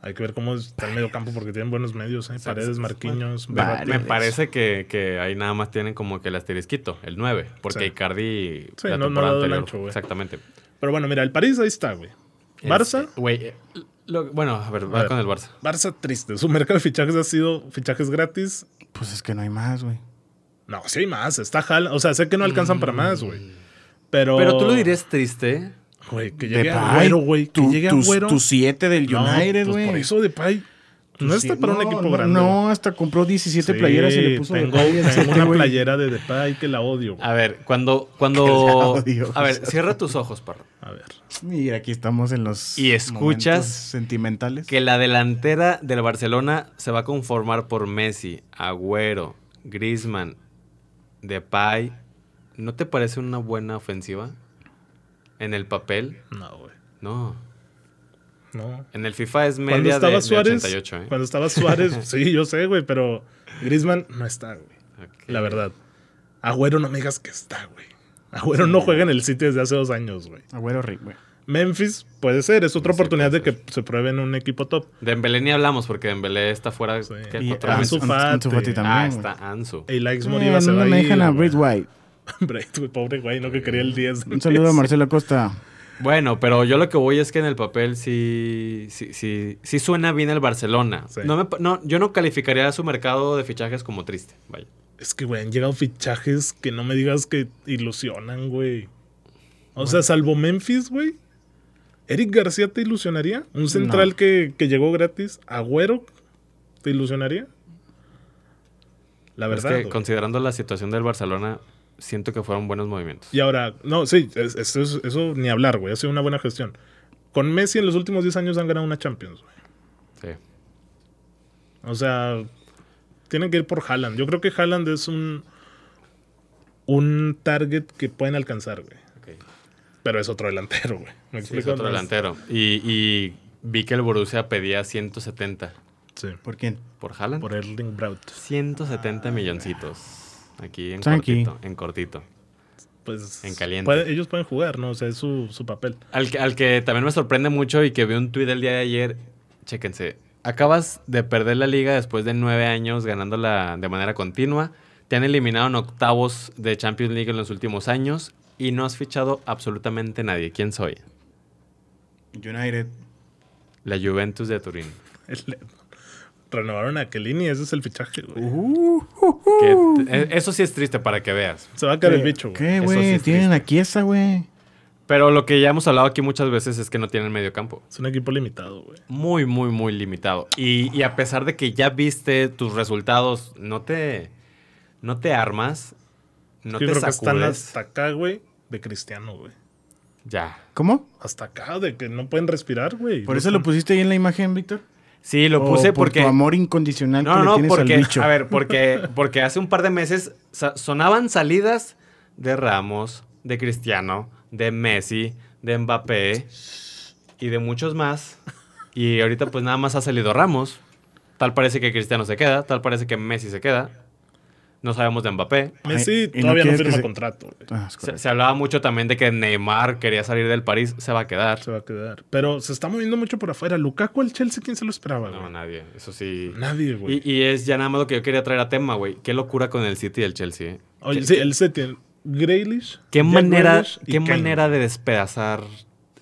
Speaker 1: Hay que ver cómo está el medio campo porque tienen buenos medios, ¿eh?
Speaker 3: sí,
Speaker 1: Paredes,
Speaker 3: sí,
Speaker 1: Marquinhos,
Speaker 2: bueno.
Speaker 1: Verratti.
Speaker 3: Me
Speaker 2: Paredes.
Speaker 3: parece que, que ahí nada más tienen como que el asterisquito, el nueve. Porque
Speaker 1: Sí.
Speaker 3: Icardi.
Speaker 1: Sí,
Speaker 3: la
Speaker 1: no- no
Speaker 3: temporada
Speaker 1: ha dado el
Speaker 3: anterior-
Speaker 1: ancho, güey.
Speaker 3: Exactamente.
Speaker 1: Pero bueno, mira, el París ahí está, güey. Barça.
Speaker 3: Este, Güey, eh, lo- bueno, a ver, va
Speaker 1: ver.
Speaker 3: con el Barça.
Speaker 1: Barça triste. Su mercado de fichajes ha sido fichajes gratis.
Speaker 2: Pues es que no hay más, güey.
Speaker 1: No, sí hay más. Está Haaland. O sea, sé que no alcanzan para más, güey. Pero...
Speaker 3: Mm. Pero tú lo dirías triste.
Speaker 1: Güey, que llegue
Speaker 2: Depay,
Speaker 1: Agüero, güey. Que
Speaker 2: tu-
Speaker 1: llegue
Speaker 2: tus-
Speaker 1: Agüero.
Speaker 2: Tus siete del
Speaker 1: No,
Speaker 2: United,
Speaker 1: pues
Speaker 2: güey. Pues
Speaker 1: por eso Depay. No está para un equipo
Speaker 2: no,
Speaker 1: grande.
Speaker 2: No, hasta compró 17
Speaker 1: Sí,
Speaker 2: playeras y le puso
Speaker 1: tengo,
Speaker 2: Depay al
Speaker 1: tengo
Speaker 2: siguiente,
Speaker 1: una
Speaker 2: güey. Ah.
Speaker 1: playera de Depay que la odio. güey.
Speaker 3: A ver, cuando. cuando
Speaker 2: Que la odio,
Speaker 3: a
Speaker 2: o
Speaker 3: ver,
Speaker 2: sea.
Speaker 3: cierra tus ojos, perro.
Speaker 1: A ver.
Speaker 2: Y aquí estamos en los
Speaker 3: Y escuchas
Speaker 2: momentos sentimentales.
Speaker 3: Que la delantera del Barcelona se va a conformar por Messi, Agüero, Griezmann, Depay. ¿No te parece una buena ofensiva? En el papel,
Speaker 1: No, güey.
Speaker 3: no.
Speaker 1: No.
Speaker 3: En el FIFA es
Speaker 1: Cuando
Speaker 3: media de,
Speaker 1: estaba
Speaker 3: de
Speaker 1: Suárez.
Speaker 3: 88, ¿eh?
Speaker 1: Cuando estaba Suárez, sí, yo sé, güey, pero Griezmann no está, güey.
Speaker 3: Ok.
Speaker 1: La verdad. Agüero no me digas que está, güey. Agüero no juega en el City desde hace dos años, güey.
Speaker 2: Agüero Rick, güey.
Speaker 1: Memphis puede ser, es otra
Speaker 3: Sí,
Speaker 1: oportunidad de
Speaker 3: puede
Speaker 1: que
Speaker 3: ser.
Speaker 1: se pruebe en un equipo top.
Speaker 3: De Dembélé ni hablamos porque Dembélé está fuera.
Speaker 1: Sí.
Speaker 3: ¿qué?
Speaker 1: Y
Speaker 3: Cuatro
Speaker 1: Ansu
Speaker 3: meses.
Speaker 1: Ansu Fati.
Speaker 2: Fati
Speaker 3: Ah,
Speaker 2: también. güey.
Speaker 3: está Ansu.
Speaker 1: Y likes
Speaker 2: Eh,
Speaker 1: Moriba se
Speaker 2: no
Speaker 1: va
Speaker 2: me
Speaker 1: a ir,
Speaker 2: dejan a
Speaker 1: güey.
Speaker 2: Britt White.
Speaker 1: Brett, güey, pobre güey, no que quería el 10.
Speaker 2: Un saludo a Marcelo Acosta.
Speaker 3: Bueno, pero yo lo que voy es que en el papel sí, sí, sí, sí suena bien el Barcelona.
Speaker 1: Sí.
Speaker 3: No me pa- no, yo no calificaría su mercado de fichajes como triste. Vaya.
Speaker 1: Es que, güey, han llegado fichajes que no me digas que ilusionan, güey. O sea, salvo Memphis, güey. Eric García te ilusionaría. Un central que, que llegó gratis. Agüero te ilusionaría. La
Speaker 3: Pero es
Speaker 1: verdad.
Speaker 3: que
Speaker 1: güey.
Speaker 3: considerando la situación del Barcelona, siento que fueron buenos movimientos.
Speaker 1: Y ahora, no, sí, es- es- es- eso ni hablar, güey. Ha sido una buena gestión. Con Messi en los últimos 10 años han ganado una Champions, güey.
Speaker 3: Sí.
Speaker 1: O sea, tienen que ir por Haaland. Yo creo que Haaland es un, un target que pueden alcanzar, güey. Pero es otro delantero, güey. ¿Me
Speaker 3: Sí, es
Speaker 1: explico?
Speaker 3: otro
Speaker 1: No es-
Speaker 3: delantero. Y, y vi que el Borussia pedía 170
Speaker 1: Sí,
Speaker 2: ¿Por quién?
Speaker 3: por Haaland.
Speaker 1: por Erling Braut.
Speaker 3: 170 milloncitos. Aquí en
Speaker 2: Tranqui.
Speaker 3: cortito. En cortito.
Speaker 1: Pues,
Speaker 3: En caliente.
Speaker 1: puede- ellos pueden jugar, ¿no? O sea, es su, su papel.
Speaker 3: Al, que- al que también me sorprende mucho y que vi un tuit el día de ayer, chéquense, acabas de perder la liga después de nueve años ganándola de manera continua, te han eliminado en octavos de Champions League en los últimos años y no has fichado absolutamente nadie. ¿Quién soy?
Speaker 2: United.
Speaker 3: La Juventus de Turín.
Speaker 1: El- Renovaron a Kelini, ese es el fichaje, güey.
Speaker 2: Uh,
Speaker 3: Que te- eh, eso sí es triste para que veas.
Speaker 1: Se va a caer el bicho, güey.
Speaker 2: ¿Qué,
Speaker 3: Eso
Speaker 2: güey?
Speaker 3: sí es
Speaker 2: Tienen
Speaker 3: triste.
Speaker 2: aquí esa, güey.
Speaker 3: Pero lo que ya hemos hablado aquí muchas veces es que no tienen medio campo.
Speaker 1: Es un equipo limitado, güey.
Speaker 3: Muy, muy, muy limitado. Y, y a pesar de que ya viste tus resultados, no te, no te armas, no
Speaker 1: Yo
Speaker 3: te
Speaker 1: creo que están
Speaker 3: sacudes.
Speaker 1: hasta acá, güey, de Cristiano, güey.
Speaker 3: Ya.
Speaker 2: ¿Cómo?
Speaker 1: Hasta acá, de que no pueden respirar, güey.
Speaker 2: ¿Por
Speaker 1: No
Speaker 2: eso lo
Speaker 1: están-
Speaker 2: pusiste ahí en la imagen, Víctor?
Speaker 3: Sí, lo
Speaker 2: ¿O
Speaker 3: puse
Speaker 2: Oh, por
Speaker 3: porque...
Speaker 2: tu amor incondicional que
Speaker 3: no,
Speaker 2: le
Speaker 3: no,
Speaker 2: tienes al
Speaker 3: porque...
Speaker 2: bicho.
Speaker 3: A ver, porque, porque hace un par de meses sa- sonaban salidas de Ramos, de Cristiano, de Messi, de Mbappé y de muchos más. Y ahorita pues nada más ha salido Ramos. Tal parece que Cristiano se queda, tal parece que Messi se queda. No sabemos de Mbappé.
Speaker 1: Messi
Speaker 2: Ay, y no
Speaker 1: todavía no,
Speaker 2: quieres que
Speaker 1: firma
Speaker 2: se-
Speaker 1: contrato, güey.
Speaker 2: Ah, es
Speaker 3: Se,
Speaker 2: correcto.
Speaker 3: se hablaba mucho también de que Neymar quería salir del París, se va a quedar.
Speaker 1: Se va a quedar. Pero se está moviendo mucho por afuera. Lukaku al Chelsea, ¿quién se lo esperaba,
Speaker 3: No,
Speaker 1: güey?
Speaker 3: nadie, eso sí.
Speaker 1: Nadie, güey.
Speaker 3: Y, y es ya nada más lo que yo quería traer a tema, güey. Qué locura con el City y el Chelsea, ¿eh?
Speaker 1: Oye,
Speaker 3: Qué-
Speaker 1: sí,
Speaker 3: qué-
Speaker 1: el Setien. Grealish.
Speaker 3: qué
Speaker 1: Jack
Speaker 3: manera,
Speaker 1: Grealish y
Speaker 3: qué
Speaker 1: Kane.
Speaker 3: manera de despedazar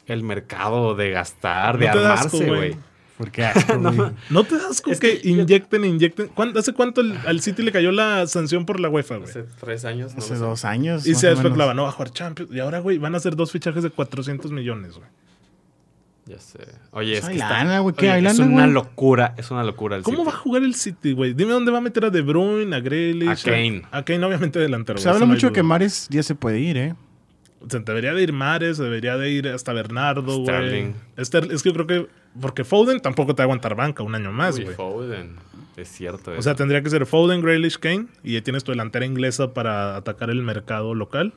Speaker 3: el mercado, de gastar, de
Speaker 1: No te da asco,
Speaker 3: armarse,
Speaker 1: güey.
Speaker 3: güey.
Speaker 2: ¿Por qué? asco, güey?
Speaker 1: No te das con
Speaker 3: Es
Speaker 1: que,
Speaker 3: que-
Speaker 1: inyecten, e inyecten. ¿Cuán- ¿Hace cuánto el- al City le cayó la sanción por la UEFA, güey?
Speaker 3: Hace tres años, no
Speaker 2: Hace
Speaker 3: lo sé.
Speaker 2: dos años.
Speaker 1: Y
Speaker 2: más
Speaker 1: se
Speaker 2: o menos.
Speaker 1: especulaba, no va a jugar Champions. Y ahora, güey, van a hacer dos fichajes de 400 millones, güey.
Speaker 3: Ya sé. Oye, es
Speaker 2: Ay,
Speaker 3: que está-
Speaker 2: lana, güey, ¿qué?
Speaker 3: oye,
Speaker 2: Ay,
Speaker 3: es
Speaker 2: lana,
Speaker 3: una
Speaker 2: güey.
Speaker 3: locura, es una locura el
Speaker 1: ¿Cómo
Speaker 3: City.
Speaker 1: va a jugar el City, güey? Dime dónde va a meter a De Bruyne, a Grealish.
Speaker 3: A Kane.
Speaker 1: A Kane, obviamente, delantero.
Speaker 2: Se
Speaker 1: güey, eso
Speaker 2: habla
Speaker 1: no hay
Speaker 2: mucho de que
Speaker 1: duda.
Speaker 2: Mares ya se puede ir, ¿eh?
Speaker 1: Se debería de ir Mares, se debería de ir hasta Bernardo, güey.
Speaker 3: Sterling.
Speaker 1: Ester- es que yo creo que. Porque Foden tampoco te va a aguantar banca un año más,
Speaker 3: Uy,
Speaker 1: güey.
Speaker 3: Foden. Es cierto. eh.
Speaker 1: O
Speaker 3: eso.
Speaker 1: sea, tendría que ser Foden, Grealish, Kane. Y ya tienes tu delantera inglesa para atacar el mercado local.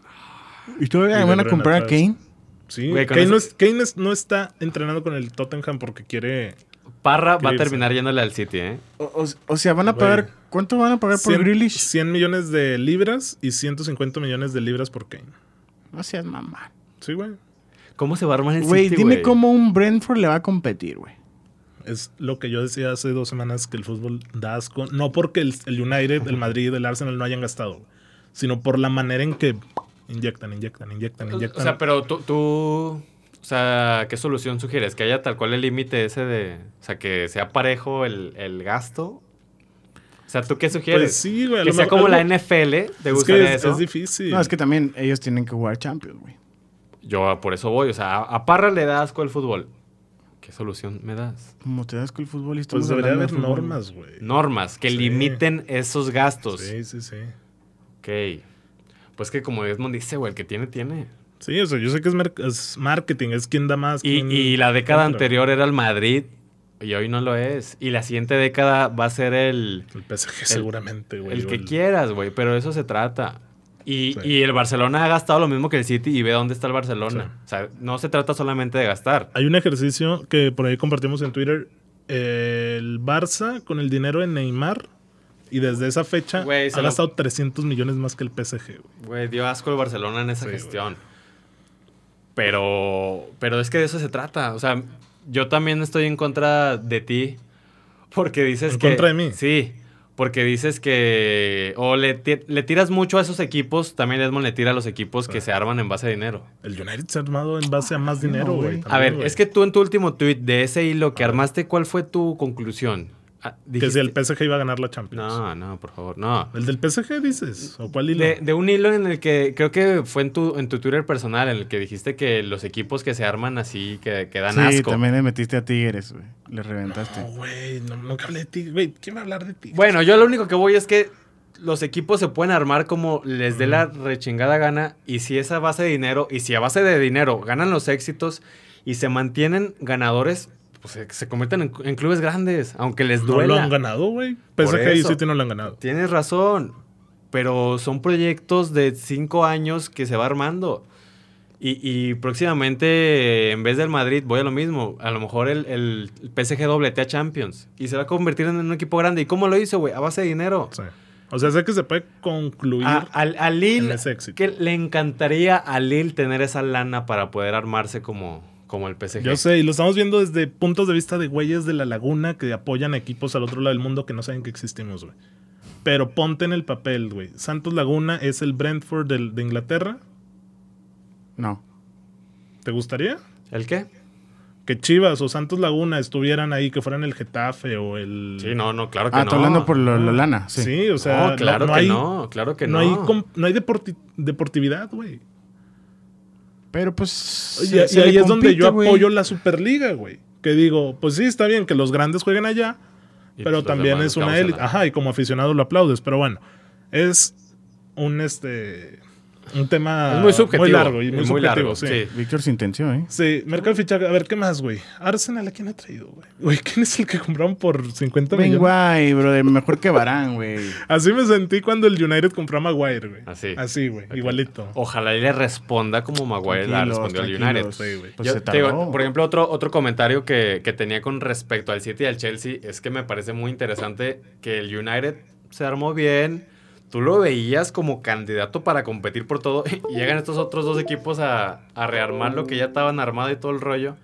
Speaker 2: ¿Y todavía
Speaker 1: Y
Speaker 2: van a
Speaker 1: Lebron
Speaker 2: comprar a
Speaker 1: atrás.
Speaker 2: Kane?
Speaker 1: Sí,
Speaker 3: Güey, con
Speaker 1: Kane,
Speaker 3: eso-
Speaker 1: no es- Kane es- no está entrenando con el Tottenham porque quiere
Speaker 3: Parra va a
Speaker 1: Increíble.
Speaker 3: terminar yéndole al City, ¿eh?
Speaker 2: O, o- o sea, ¿van a pagar?
Speaker 1: Güey.
Speaker 2: ¿Cuánto van a pagar por
Speaker 1: 100
Speaker 2: Grealish?
Speaker 1: 100 millones de libras y 150 millones de libras por Kane.
Speaker 2: No seas mamá.
Speaker 1: Sí, güey.
Speaker 3: ¿Cómo se va a armar el
Speaker 2: Güey,
Speaker 3: City,
Speaker 2: dime
Speaker 3: güey?
Speaker 2: cómo un Brentford le va a competir, güey.
Speaker 1: Es lo que yo decía hace dos semanas que el fútbol da asco. No porque el, el United, el Madrid, el Arsenal no hayan gastado, güey, sino por la manera en que inyectan, inyectan, inyectan,
Speaker 3: O
Speaker 1: inyectan. Pues
Speaker 3: sea, pero tú, tú- o sea, ¿qué solución sugieres? ¿Que haya tal cual el límite ese de, o sea, que sea parejo el, el gasto? O sea, ¿tú qué sugieres?
Speaker 1: Pues sí, güey. a
Speaker 3: que
Speaker 1: lo
Speaker 3: sea
Speaker 1: mejor-
Speaker 3: como la
Speaker 1: algo-
Speaker 3: NFL, ¿te
Speaker 1: Es que
Speaker 3: gustaría
Speaker 1: es,
Speaker 3: eso?
Speaker 1: es difícil.
Speaker 2: No, es que también ellos tienen que jugar Champions, güey.
Speaker 3: Yo por eso voy, o sea, a, a Parra le da asco el fútbol. ¿Qué solución me das?
Speaker 2: Como te das con el fútbol y estamos
Speaker 1: Pues debería
Speaker 2: hablando de
Speaker 1: haber
Speaker 2: fútbol.
Speaker 1: normas, güey.
Speaker 3: Normas que
Speaker 1: Sí.
Speaker 3: limiten esos gastos.
Speaker 1: Sí, sí, sí.
Speaker 3: Ok. Pues que como Edmond dice, güey, el que tiene, tiene.
Speaker 1: Sí, o sea, yo sé que es, mer- es marketing, es quien da más.
Speaker 3: Y,
Speaker 1: quién-
Speaker 3: y la década
Speaker 1: Contra.
Speaker 3: anterior era el Madrid y hoy no lo es. Y la siguiente década va a ser el,
Speaker 1: El PSG seguramente, güey.
Speaker 3: el
Speaker 1: o
Speaker 3: que quieras, güey, pero de eso se trata. Y,
Speaker 1: Sí.
Speaker 3: y el Barcelona ha gastado lo mismo que el City y ve dónde está el Barcelona. O sea, no se trata solamente de gastar.
Speaker 1: Hay un ejercicio que por ahí compartimos en Twitter. eh, El Barça con el dinero de Neymar. Y desde esa fecha
Speaker 3: Güey,
Speaker 1: ha
Speaker 3: se lo-
Speaker 1: gastado 300 millones más que el PSG, güey.
Speaker 3: Güey, dio asco el Barcelona en esa
Speaker 1: Sí,
Speaker 3: gestión. Pero, pero es que de eso se trata. O sea, yo también estoy en contra de ti porque dices
Speaker 1: ¿En
Speaker 3: que...
Speaker 1: contra de mí?
Speaker 3: Sí, porque dices que... O le, ti- le tiras mucho a esos equipos, también Edmond le tira a los equipos que se arman en base a dinero.
Speaker 1: El United se ha armado en base a más dinero,
Speaker 2: no,
Speaker 1: güey.
Speaker 2: güey.
Speaker 1: también,
Speaker 3: A ver,
Speaker 1: güey.
Speaker 3: es que tú en tu último tweet de ese hilo que
Speaker 1: A ver.
Speaker 3: armaste, ¿cuál fue tu conclusión? Ah,
Speaker 1: Que si
Speaker 3: dijiste-
Speaker 1: el PSG iba a ganar la Champions.
Speaker 3: No, no, por favor, no.
Speaker 1: ¿El del PSG dices? ¿O cuál hilo?
Speaker 3: De, de un hilo en el que creo que fue en tu, en tu Twitter personal, en el que dijiste que los equipos que se arman así, que, que dan
Speaker 2: Sí,
Speaker 3: asco.
Speaker 2: también le metiste a Tigres, güey. Le reventaste.
Speaker 1: No, güey, no, nunca hablé de ti, güey. ¿Quién va a hablar de ti?
Speaker 3: Bueno, yo lo único que voy es que los equipos se pueden armar como les dé la rechingada gana, y si esa base de dinero, y si a base de dinero ganan los éxitos y se mantienen ganadores, pues se, se convierten en, en clubes grandes, aunque les
Speaker 1: no lo
Speaker 3: duela.
Speaker 1: han ganado, güey. PSG y
Speaker 3: eso.
Speaker 1: City no lo han ganado.
Speaker 3: Tienes razón, pero son proyectos de cinco años que se va armando. Y, y próximamente, en vez del Madrid, voy a lo mismo. A lo mejor el, el PSG dobletea Champions y se va a convertir en un equipo grande. ¿Y cómo lo hizo, güey? A base de dinero.
Speaker 1: Sí. O sea, sé que se puede concluir.
Speaker 3: A, al- a Lille,
Speaker 1: en ese éxito.
Speaker 3: que le encantaría a Lille tener esa lana para poder armarse como, como el PSG.
Speaker 1: Yo sé, y lo estamos viendo desde puntos de vista de güeyes de la laguna que apoyan a equipos al otro lado del mundo que no saben que existimos, güey. Pero ponte en el papel, güey. Santos Laguna es el Brentford del- de Inglaterra.
Speaker 2: No.
Speaker 1: ¿Te gustaría?
Speaker 3: ¿El qué?
Speaker 1: Que Chivas o Santos Laguna estuvieran ahí, que fueran el Getafe o el...
Speaker 3: Sí, no, no, claro que
Speaker 2: Ah,
Speaker 3: no.
Speaker 2: está hablando por lo, lo lana. Sí.
Speaker 1: Sí, o sea,
Speaker 3: no, claro que
Speaker 1: hay,
Speaker 3: no, claro que
Speaker 1: no
Speaker 3: no.
Speaker 1: hay, com- no hay deporti- deportividad, güey.
Speaker 2: Pero pues.
Speaker 1: Y,
Speaker 2: se-
Speaker 1: y
Speaker 2: se le
Speaker 1: ahí es donde
Speaker 2: compite,
Speaker 1: yo
Speaker 2: güey.
Speaker 1: apoyo la Superliga, güey. Que digo, pues sí, está bien que los grandes jueguen allá,
Speaker 3: Y pues
Speaker 1: pero
Speaker 3: los
Speaker 1: también
Speaker 3: demás
Speaker 1: es
Speaker 3: no
Speaker 1: una
Speaker 3: causan
Speaker 1: élite.
Speaker 3: nada.
Speaker 1: Ajá, y como aficionado lo aplaudes, pero bueno, es un este un tema
Speaker 3: Es muy subjetivo.
Speaker 1: largo y
Speaker 3: es
Speaker 1: muy, subjetivo, sí.
Speaker 2: Víctor se intenció, ¿eh?
Speaker 1: Sí, mercado de fichaje. A ver, ¿qué más, güey? Arsenal, ¿a quién ha traído, güey? Güey, ¿quién es el que compraron por 50
Speaker 2: Ven
Speaker 1: millones?
Speaker 2: guay, brother. Mejor que Barán, güey.
Speaker 1: Así me sentí cuando el United compró a Maguire, güey.
Speaker 3: Así.
Speaker 1: Así, güey, igualito.
Speaker 3: Ojalá y le responda como Maguire la
Speaker 2: Tranquilos,
Speaker 3: respondió al
Speaker 2: tranquilos.
Speaker 3: United.
Speaker 1: Sí, güey.
Speaker 2: Pues
Speaker 3: Yo
Speaker 2: se
Speaker 3: te digo,
Speaker 2: tardó.
Speaker 3: por ejemplo, otro, otro comentario que, que tenía con respecto al City y al Chelsea es que me parece muy interesante que el United se armó bien. Tú lo veías como candidato para competir por todo. Y llegan estos otros dos equipos a, a rearmar lo que ya estaban armado y todo el rollo.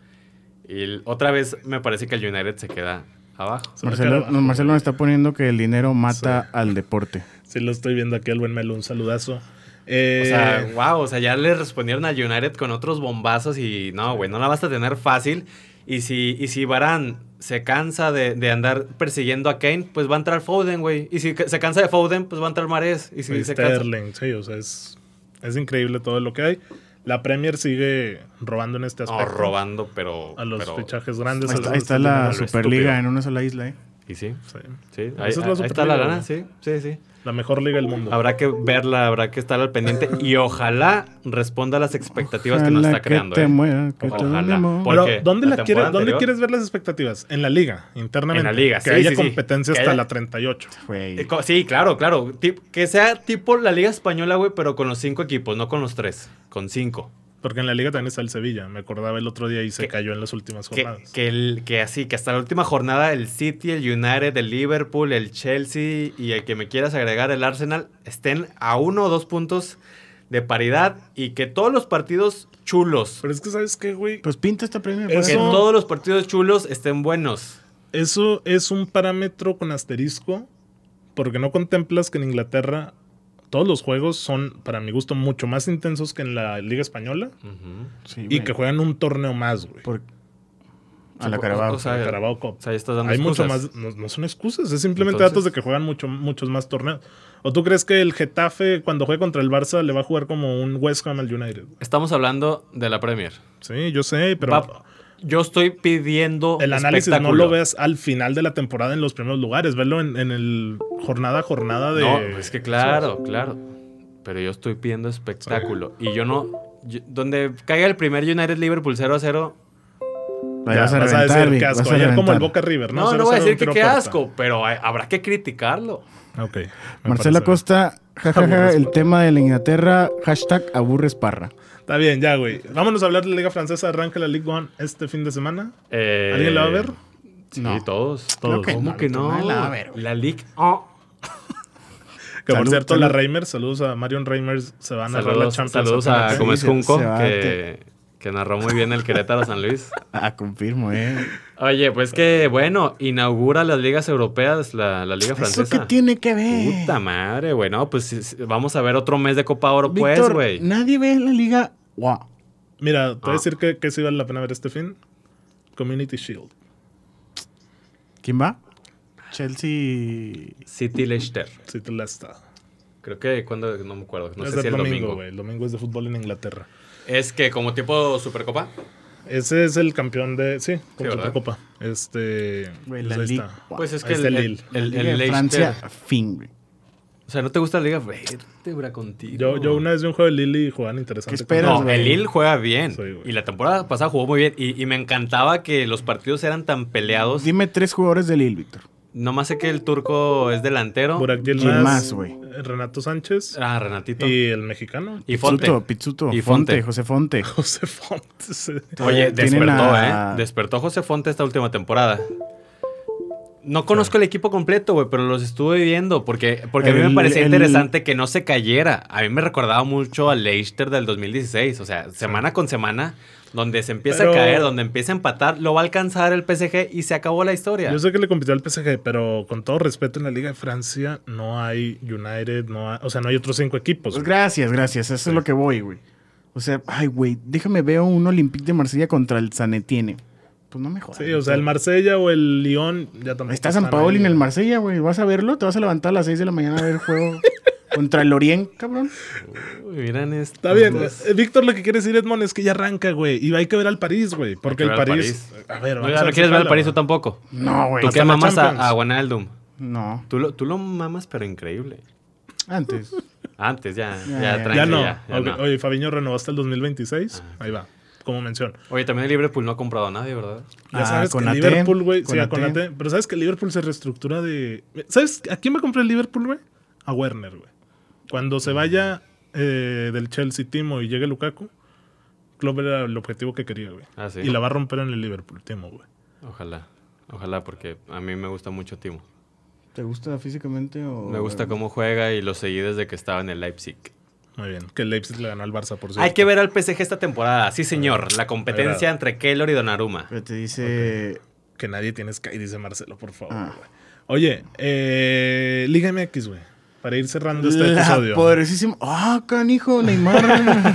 Speaker 3: Y el- otra vez me parece que el United se queda abajo.
Speaker 1: Se me queda
Speaker 2: Marcelo,
Speaker 1: abajo,
Speaker 2: nos-
Speaker 1: güey.
Speaker 2: Marcelo nos está poniendo que el dinero mata al deporte.
Speaker 1: Sí, lo estoy viendo aquí al buen Melo. Un saludazo.
Speaker 3: O
Speaker 1: Eh,
Speaker 3: sea, wow, o sea, ya le respondieron al United con otros bombazos y no, güey, no la vas a tener fácil. Y si, y si Barán se cansa de, de andar persiguiendo a Kane, pues va a entrar Foden, güey. Y si ca- se cansa de Foden, pues va a entrar Mares. Y si
Speaker 1: y
Speaker 3: se cansa.
Speaker 1: Sterling, sí, o sea, es, es increíble todo lo que hay. La Premier sigue robando en este
Speaker 3: No,
Speaker 1: aspecto.
Speaker 3: robando, pero.
Speaker 1: A los
Speaker 3: pero-
Speaker 1: fichajes grandes.
Speaker 2: Ahí
Speaker 1: a
Speaker 2: está,
Speaker 1: los-
Speaker 2: ahí está la
Speaker 1: sí.
Speaker 2: Superliga en una sola isla, ¿eh?
Speaker 3: Y sí, sí. Ahí,
Speaker 1: Esa es la
Speaker 3: ahí- ahí está la
Speaker 1: Superliga,
Speaker 3: lana,
Speaker 1: güey.
Speaker 3: sí, sí, sí.
Speaker 1: La mejor liga del mundo.
Speaker 3: Habrá que verla, habrá que estar al pendiente. Y ojalá responda a las expectativas que nos
Speaker 2: Ojalá
Speaker 3: está creando.
Speaker 2: te
Speaker 3: eh.
Speaker 2: muera, que te
Speaker 3: Ojalá.
Speaker 2: duele, amor.
Speaker 3: Por-
Speaker 1: Pero,
Speaker 3: porque
Speaker 1: ¿dónde, la
Speaker 3: la
Speaker 1: quieres,
Speaker 3: temporada
Speaker 1: ¿dónde
Speaker 3: anterior-
Speaker 1: quieres ver las expectativamente? En la liga, internamente.
Speaker 3: En la liga,
Speaker 1: Que
Speaker 3: sí,
Speaker 1: haya
Speaker 3: sí, sí.
Speaker 1: competencia
Speaker 3: Que
Speaker 1: hasta
Speaker 3: haya-
Speaker 1: la 38.
Speaker 2: Güey.
Speaker 3: Eh, co- Sí, claro, claro. Tip- Que sea tipo la Liga Española, güey, pero con los cinco equipos, no con los tres, con cinco.
Speaker 1: Porque en la liga también está el Sevilla. Me acordaba el otro día y se
Speaker 3: Que-
Speaker 1: cayó en las últimas
Speaker 3: Que,
Speaker 1: jornadas.
Speaker 3: que, el- que así, que hasta la última jornada el City, el United, el Liverpool, el Chelsea y el que me quieras agregar, el Arsenal, estén a uno o dos puntos de paridad y que todos los partidos chulos,
Speaker 1: Pero es que, ¿sabes qué, güey?
Speaker 2: Pues pinta esta premio.
Speaker 1: Eso-
Speaker 3: que
Speaker 1: Eso-
Speaker 3: todos los partidos chulos estén buenos.
Speaker 1: Eso es un parámetro con asterisco porque no contemplas que en Inglaterra todos los juegos son, para mi gusto, mucho más intensos que en la Liga Española y que juegan un torneo más, güey.
Speaker 2: Por- A
Speaker 3: Sí,
Speaker 2: la
Speaker 3: o-
Speaker 2: Carabao.
Speaker 3: Pues, o sea,
Speaker 1: El Carabao Cup.
Speaker 3: O sea, ya estás dando
Speaker 1: Hay mucho
Speaker 3: excusas.
Speaker 1: más, no, no son excusas, es simplemente
Speaker 3: Entonces-
Speaker 1: datos de que juegan mucho, muchos más torneos. ¿O tú crees que el Getafe cuando juegue contra el Barça le va a jugar como un West Ham al United?
Speaker 3: Estamos hablando de la Premier.
Speaker 1: Sí, yo sé, pero
Speaker 3: Va- Yo estoy pidiendo.
Speaker 1: El análisis no
Speaker 3: espectáculo.
Speaker 1: lo veas al final de la temporada en los primeros lugares, verlo en, en el jornada a jornada de...
Speaker 3: No, es que claro, claro. Pero yo estoy pidiendo espectáculo. Y yo no. yo- donde caiga el primer United Liverpool 0 a 0.
Speaker 1: Ya, vas a, decir qué asco. Ayer como el Boca River, ¿no?
Speaker 3: No, no,
Speaker 1: 0-0
Speaker 3: voy a decir
Speaker 1: un
Speaker 3: que
Speaker 1: tiro
Speaker 3: qué
Speaker 1: puerta.
Speaker 3: asco, pero hay- habrá que criticarlo.
Speaker 1: Ok. me
Speaker 2: Marcela
Speaker 1: parece.
Speaker 2: Costa, jajaja,
Speaker 1: Aburres
Speaker 2: el
Speaker 1: parra.
Speaker 2: tema de la Inglaterra, hashtag aburres parra.
Speaker 1: Está bien, ya, güey. Vámonos a hablar de la Liga Francesa. Arranca la Ligue 1 este fin de semana.
Speaker 3: Eh,
Speaker 1: ¿Alguien la va a ver?
Speaker 3: Sí,
Speaker 2: No.
Speaker 3: todos.
Speaker 1: Creo que
Speaker 3: ¿Cómo
Speaker 2: no,
Speaker 3: que
Speaker 2: no
Speaker 3: no?
Speaker 2: la va a ver, güey.
Speaker 3: La Ligue 1.
Speaker 1: Que por
Speaker 2: Salud,
Speaker 1: cierto,
Speaker 2: salud.
Speaker 1: la Reimers, saludos a Marion Reimers, se van a narrar la
Speaker 3: Saludos,
Speaker 1: Champions.
Speaker 3: saludos a
Speaker 1: apenas, ¿eh?
Speaker 3: Gómez
Speaker 2: Sí, se-
Speaker 3: Junco,
Speaker 2: se va
Speaker 3: que, que narró muy bien el Querétaro San Luis.
Speaker 2: Ah, confirmo, eh.
Speaker 3: Oye, pues que bueno, inaugura las ligas europeas, la, la Liga Francesa.
Speaker 2: ¿Eso qué tiene que ver?
Speaker 3: Puta madre, güey. No, pues sí, sí, vamos a ver otro mes de Copa Oro, pues,
Speaker 2: Víctor,
Speaker 3: güey.
Speaker 2: Nadie ve la liga. Wow.
Speaker 1: Mira, te voy a
Speaker 3: Ah.
Speaker 1: decir que, que sí vale la pena ver este fin. Community Shield.
Speaker 2: ¿Quién va? Chelsea.
Speaker 3: City Leicester.
Speaker 1: Si te la está.
Speaker 3: Creo que cuando, no me acuerdo, no
Speaker 1: es
Speaker 3: sé si
Speaker 1: el
Speaker 3: el
Speaker 1: domingo,
Speaker 3: domingo.
Speaker 1: güey. El domingo es de fútbol en Inglaterra.
Speaker 3: es que como tipo Supercopa.
Speaker 1: Ese es el campeón de. Sí, con
Speaker 3: ¿verdad?
Speaker 1: Copa. Este.
Speaker 2: Güey,
Speaker 1: pues
Speaker 2: la
Speaker 1: ahí
Speaker 2: Ligue.
Speaker 1: está.
Speaker 2: Wow.
Speaker 3: Pues es
Speaker 1: Ahí
Speaker 3: que el,
Speaker 1: está el
Speaker 3: el,
Speaker 1: Lille.
Speaker 3: el-
Speaker 2: Liga
Speaker 3: el
Speaker 2: de
Speaker 3: Leicester-
Speaker 2: Francia, fin, güey.
Speaker 3: O sea, ¿no te gusta la Liga? Vértebra contigo.
Speaker 1: Yo, yo una vez vi un juego de Lille y jugaban interesante.
Speaker 2: ¿Qué esperas,
Speaker 1: con-
Speaker 3: No,
Speaker 2: güey.
Speaker 3: el Lille juega bien.
Speaker 1: Sí, güey.
Speaker 3: y la temporada pasada jugó muy bien. Y, y me encantaba que los partidos eran tan peleados.
Speaker 2: Dime tres jugadores del Lille, Víctor.
Speaker 3: Nomás sé que el turco es delantero.
Speaker 1: Burak
Speaker 2: ¿Quién
Speaker 1: Yilmaz,
Speaker 2: más, güey?
Speaker 1: Renato Sánchez
Speaker 3: Ah, Renatito. Y,
Speaker 1: y el mexicano.
Speaker 3: Fonte.
Speaker 2: Pizzuto, Pizzuto,
Speaker 3: Y Fonte.
Speaker 2: Fonte, José Fonte.
Speaker 1: José Fontes.
Speaker 3: Oye,
Speaker 2: Tienen
Speaker 3: despertó,
Speaker 2: a-
Speaker 3: ¿eh? Despertó José Fonte esta última temporada. No conozco el equipo completo, güey, pero los estuve viendo porque, porque a mí
Speaker 2: El-
Speaker 3: me parecía
Speaker 2: el-
Speaker 3: interesante que no se cayera. A mí me recordaba mucho al Leicester del 2016, o sea, semana con semana, donde se empieza
Speaker 1: Pero-
Speaker 3: a caer, donde empieza a empatar, lo va a alcanzar el PSG y se acabó la historia.
Speaker 1: Yo sé que le compitió al PSG, pero con todo respeto en la Liga de Francia no hay United, no hay- o sea, no hay otros cinco equipos.
Speaker 2: Pues
Speaker 1: güey.
Speaker 2: gracias, gracias. Eso es lo que voy, güey. O sea, ay, güey, déjame ver un Olympique de Marsella contra el Sanetiene. Pues no me jodas.
Speaker 1: Sí, o sea, el Marsella o el Lyon ya tampoco.
Speaker 2: Ahí está
Speaker 1: están
Speaker 2: San Paoli
Speaker 1: ahí,
Speaker 2: en el
Speaker 1: güey.
Speaker 2: Marsella, güey. ¿Vas a verlo? ¿Te vas a levantar a las 6 de la mañana a ver el juego contra el Orient, cabrón?
Speaker 3: Uy, miran esto.
Speaker 1: Está bien.
Speaker 3: Pues
Speaker 1: eh, Víctor, lo que quiere decir Edmond es que ya arranca, güey. Y hay que ver al París, güey. Porque
Speaker 3: Hay
Speaker 1: el
Speaker 3: que ver al
Speaker 1: París, A ver,
Speaker 3: No,
Speaker 1: vamos
Speaker 3: ya
Speaker 1: a
Speaker 3: no
Speaker 1: ver
Speaker 3: quieres
Speaker 1: si
Speaker 3: ver al
Speaker 1: jala,
Speaker 3: París tú
Speaker 1: güey.
Speaker 3: tampoco.
Speaker 2: No, güey.
Speaker 3: Tú
Speaker 1: Hasta la
Speaker 3: que mamas a,
Speaker 1: Champions.
Speaker 3: a Wijnaldum.
Speaker 2: No,
Speaker 3: Tú lo, tú lo mamas, pero increíble.
Speaker 2: antes.
Speaker 3: Antes, ya, ya,
Speaker 2: Ya, ya, ya.
Speaker 3: tranqui,
Speaker 1: Ya no.
Speaker 3: ya, ya
Speaker 1: Ok,
Speaker 3: no. Ah,
Speaker 1: Oye, Fabiño renovó hasta el 2026. Ahí va. Como mención.
Speaker 3: Oye, también el Liverpool no ha comprado a nadie, ¿verdad?
Speaker 1: Ya
Speaker 2: Ah,
Speaker 1: sabes que
Speaker 2: Konaté,
Speaker 1: Liverpool, güey. Sí, a
Speaker 2: Konaté.
Speaker 1: Konaté. Pero sabes que Liverpool se reestructura de. ¿Sabes a quién va a comprar el Liverpool, güey? A Werner, güey. Cuando se vaya eh, del Chelsea Timo y llegue Lukaku, Klopp era el objetivo que quería, güey.
Speaker 3: Ah, sí.
Speaker 1: Y la va a romper en el Liverpool, Timo, güey.
Speaker 3: Ojalá. Ojalá, porque a mí me gusta mucho Timo.
Speaker 2: ¿Te gusta físicamente o.?
Speaker 3: Me gusta cómo juega y lo seguí desde que estaba en el Leipzig.
Speaker 1: Muy bien. Que el Leipzig le ganó al Barça, por cierto.
Speaker 3: Hay que ver al PSG esta temporada. Sí, señor. La competencia entre Keylor y Donnarumma.
Speaker 2: Pero te dice.
Speaker 1: Que nadie tiene Sky, dice Marcelo, por favor,
Speaker 2: Ah.
Speaker 1: güey. Oye, eh, Liga MX, güey. Para ir cerrando este
Speaker 2: la
Speaker 1: episodio.
Speaker 2: poderosísima. ¡Ah, canijo! Neymar.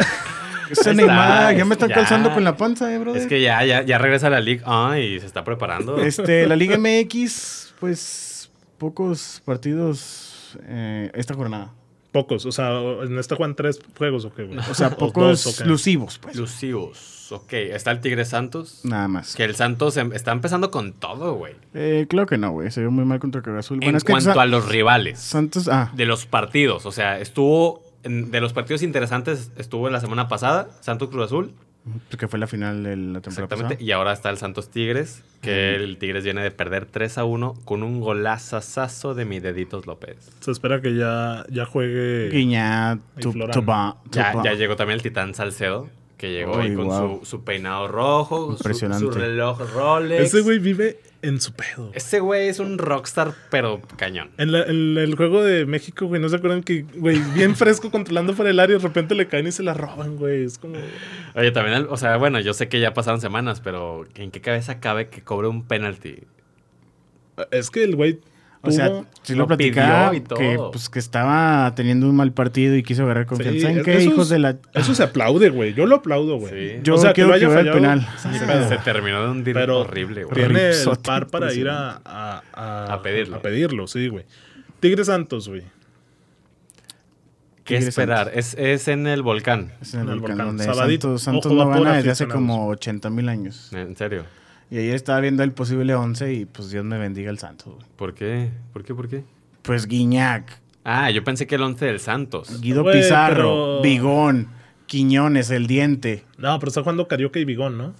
Speaker 2: Ese
Speaker 3: Ahí
Speaker 2: Neymar,
Speaker 3: está,
Speaker 2: ya me están
Speaker 3: ya.
Speaker 2: calzando con la panza, eh, bro.
Speaker 3: Es que ya, ya, ya regresa a la Liga Ah, y se está preparando.
Speaker 2: Este, la Liga MX, pues pocos partidos eh, esta jornada.
Speaker 1: Pocos. O sea, en esta juegan tres juegos, ¿o qué, güey?
Speaker 2: O sea,
Speaker 1: dos,
Speaker 2: pocos
Speaker 1: ¿o qué?
Speaker 2: lusivos, pues.
Speaker 3: Lucivos. Ok, está el Tigre Santos.
Speaker 2: Nada más.
Speaker 3: Que el Santos em- está empezando con todo, güey.
Speaker 2: Eh, claro que no, güey. Se vio muy mal contra Cruz Azul.
Speaker 3: en
Speaker 2: Bueno, es que
Speaker 3: cuanto
Speaker 2: Sa-
Speaker 3: a los rivales
Speaker 2: Santos, ah,
Speaker 3: de los partidos. O sea, estuvo. en- de los partidos interesantes estuvo la semana pasada, Santos Cruz Azul.
Speaker 2: que fue la final de la temporada
Speaker 3: Exactamente. Y ahora está el Santos Tigres, que el Tigres viene de perder 3 a 1 con un golazazazo de mi deditos López.
Speaker 1: Se espera que ya, ya juegue.
Speaker 2: pasada. Guiñat,
Speaker 1: Y
Speaker 2: tu,
Speaker 1: Florán.
Speaker 2: Tuba-
Speaker 3: Ya,
Speaker 2: Tuba.
Speaker 3: ya llegó también el Titán Salcedo, que llegó
Speaker 2: Uy,
Speaker 3: ahí con
Speaker 2: guau.
Speaker 3: su, su peinado rojo, su,
Speaker 2: Impresionante.
Speaker 3: su reloj Rolex.
Speaker 1: Ese güey vive en su pedo.
Speaker 3: Ese güey es un rockstar, pero cañón.
Speaker 1: En, la- en el juego de México, güey, ¿no se acuerdan que, güey, bien fresco controlando fuera el área, de repente le caen y se la roban, güey? Es como.
Speaker 3: Oye, también, el- o sea, bueno, yo sé que ya pasaron semanas, pero ¿en qué cabeza cabe que cobre un penalti?
Speaker 1: Es que el güey.
Speaker 2: O sea,
Speaker 1: tuvo-
Speaker 2: si lo
Speaker 3: lo pidió
Speaker 2: platicaba,
Speaker 3: y todo.
Speaker 2: que, pues, que estaba teniendo un mal partido y quiso agarrar confianza.
Speaker 1: Sí,
Speaker 2: ¿En qué,
Speaker 1: eso
Speaker 2: hijos
Speaker 1: es-
Speaker 2: de la...?
Speaker 1: Eso se aplaude, güey. Yo lo aplaudo, güey.
Speaker 3: Sí.
Speaker 2: Yo
Speaker 1: O sea, que
Speaker 2: quiero
Speaker 1: lo
Speaker 2: que,
Speaker 1: haya
Speaker 2: vea el
Speaker 1: fallado,
Speaker 2: penal.
Speaker 1: sí,
Speaker 2: Ah.
Speaker 1: pero-
Speaker 3: Se terminó de hundir
Speaker 1: Pero
Speaker 3: horrible, güey.
Speaker 1: Tiene el
Speaker 2: Ripsote,
Speaker 1: par para ir a, a,
Speaker 3: A pedirlo.
Speaker 1: a pedirlo, sí, güey. Tigre Santos, güey.
Speaker 3: ¿Qué
Speaker 2: Tigres
Speaker 3: esperar?
Speaker 2: Santos.
Speaker 3: Es, es en el volcán.
Speaker 2: Es en el
Speaker 1: En el
Speaker 2: volcán,
Speaker 1: volcán.
Speaker 2: donde
Speaker 1: Sabadito,
Speaker 2: Santos, Santos
Speaker 1: ojo,
Speaker 2: no
Speaker 1: va
Speaker 2: gana
Speaker 1: por
Speaker 2: desde hace
Speaker 1: aficionados.
Speaker 2: como 80 mil años.
Speaker 3: En serio.
Speaker 2: Y ayer estaba viendo el posible 11 y pues Dios me bendiga el Santos. güey.
Speaker 3: ¿Por qué? ¿Por qué? ¿Por qué?
Speaker 2: Pues Guiñac,
Speaker 3: Ah, yo pensé que el once del Santos.
Speaker 2: Guido
Speaker 1: Güey,
Speaker 2: Pizarro,
Speaker 1: pero-
Speaker 2: Bigón, Quiñones, El Diente.
Speaker 1: No, pero está jugando Carioca y Bigón, ¿no?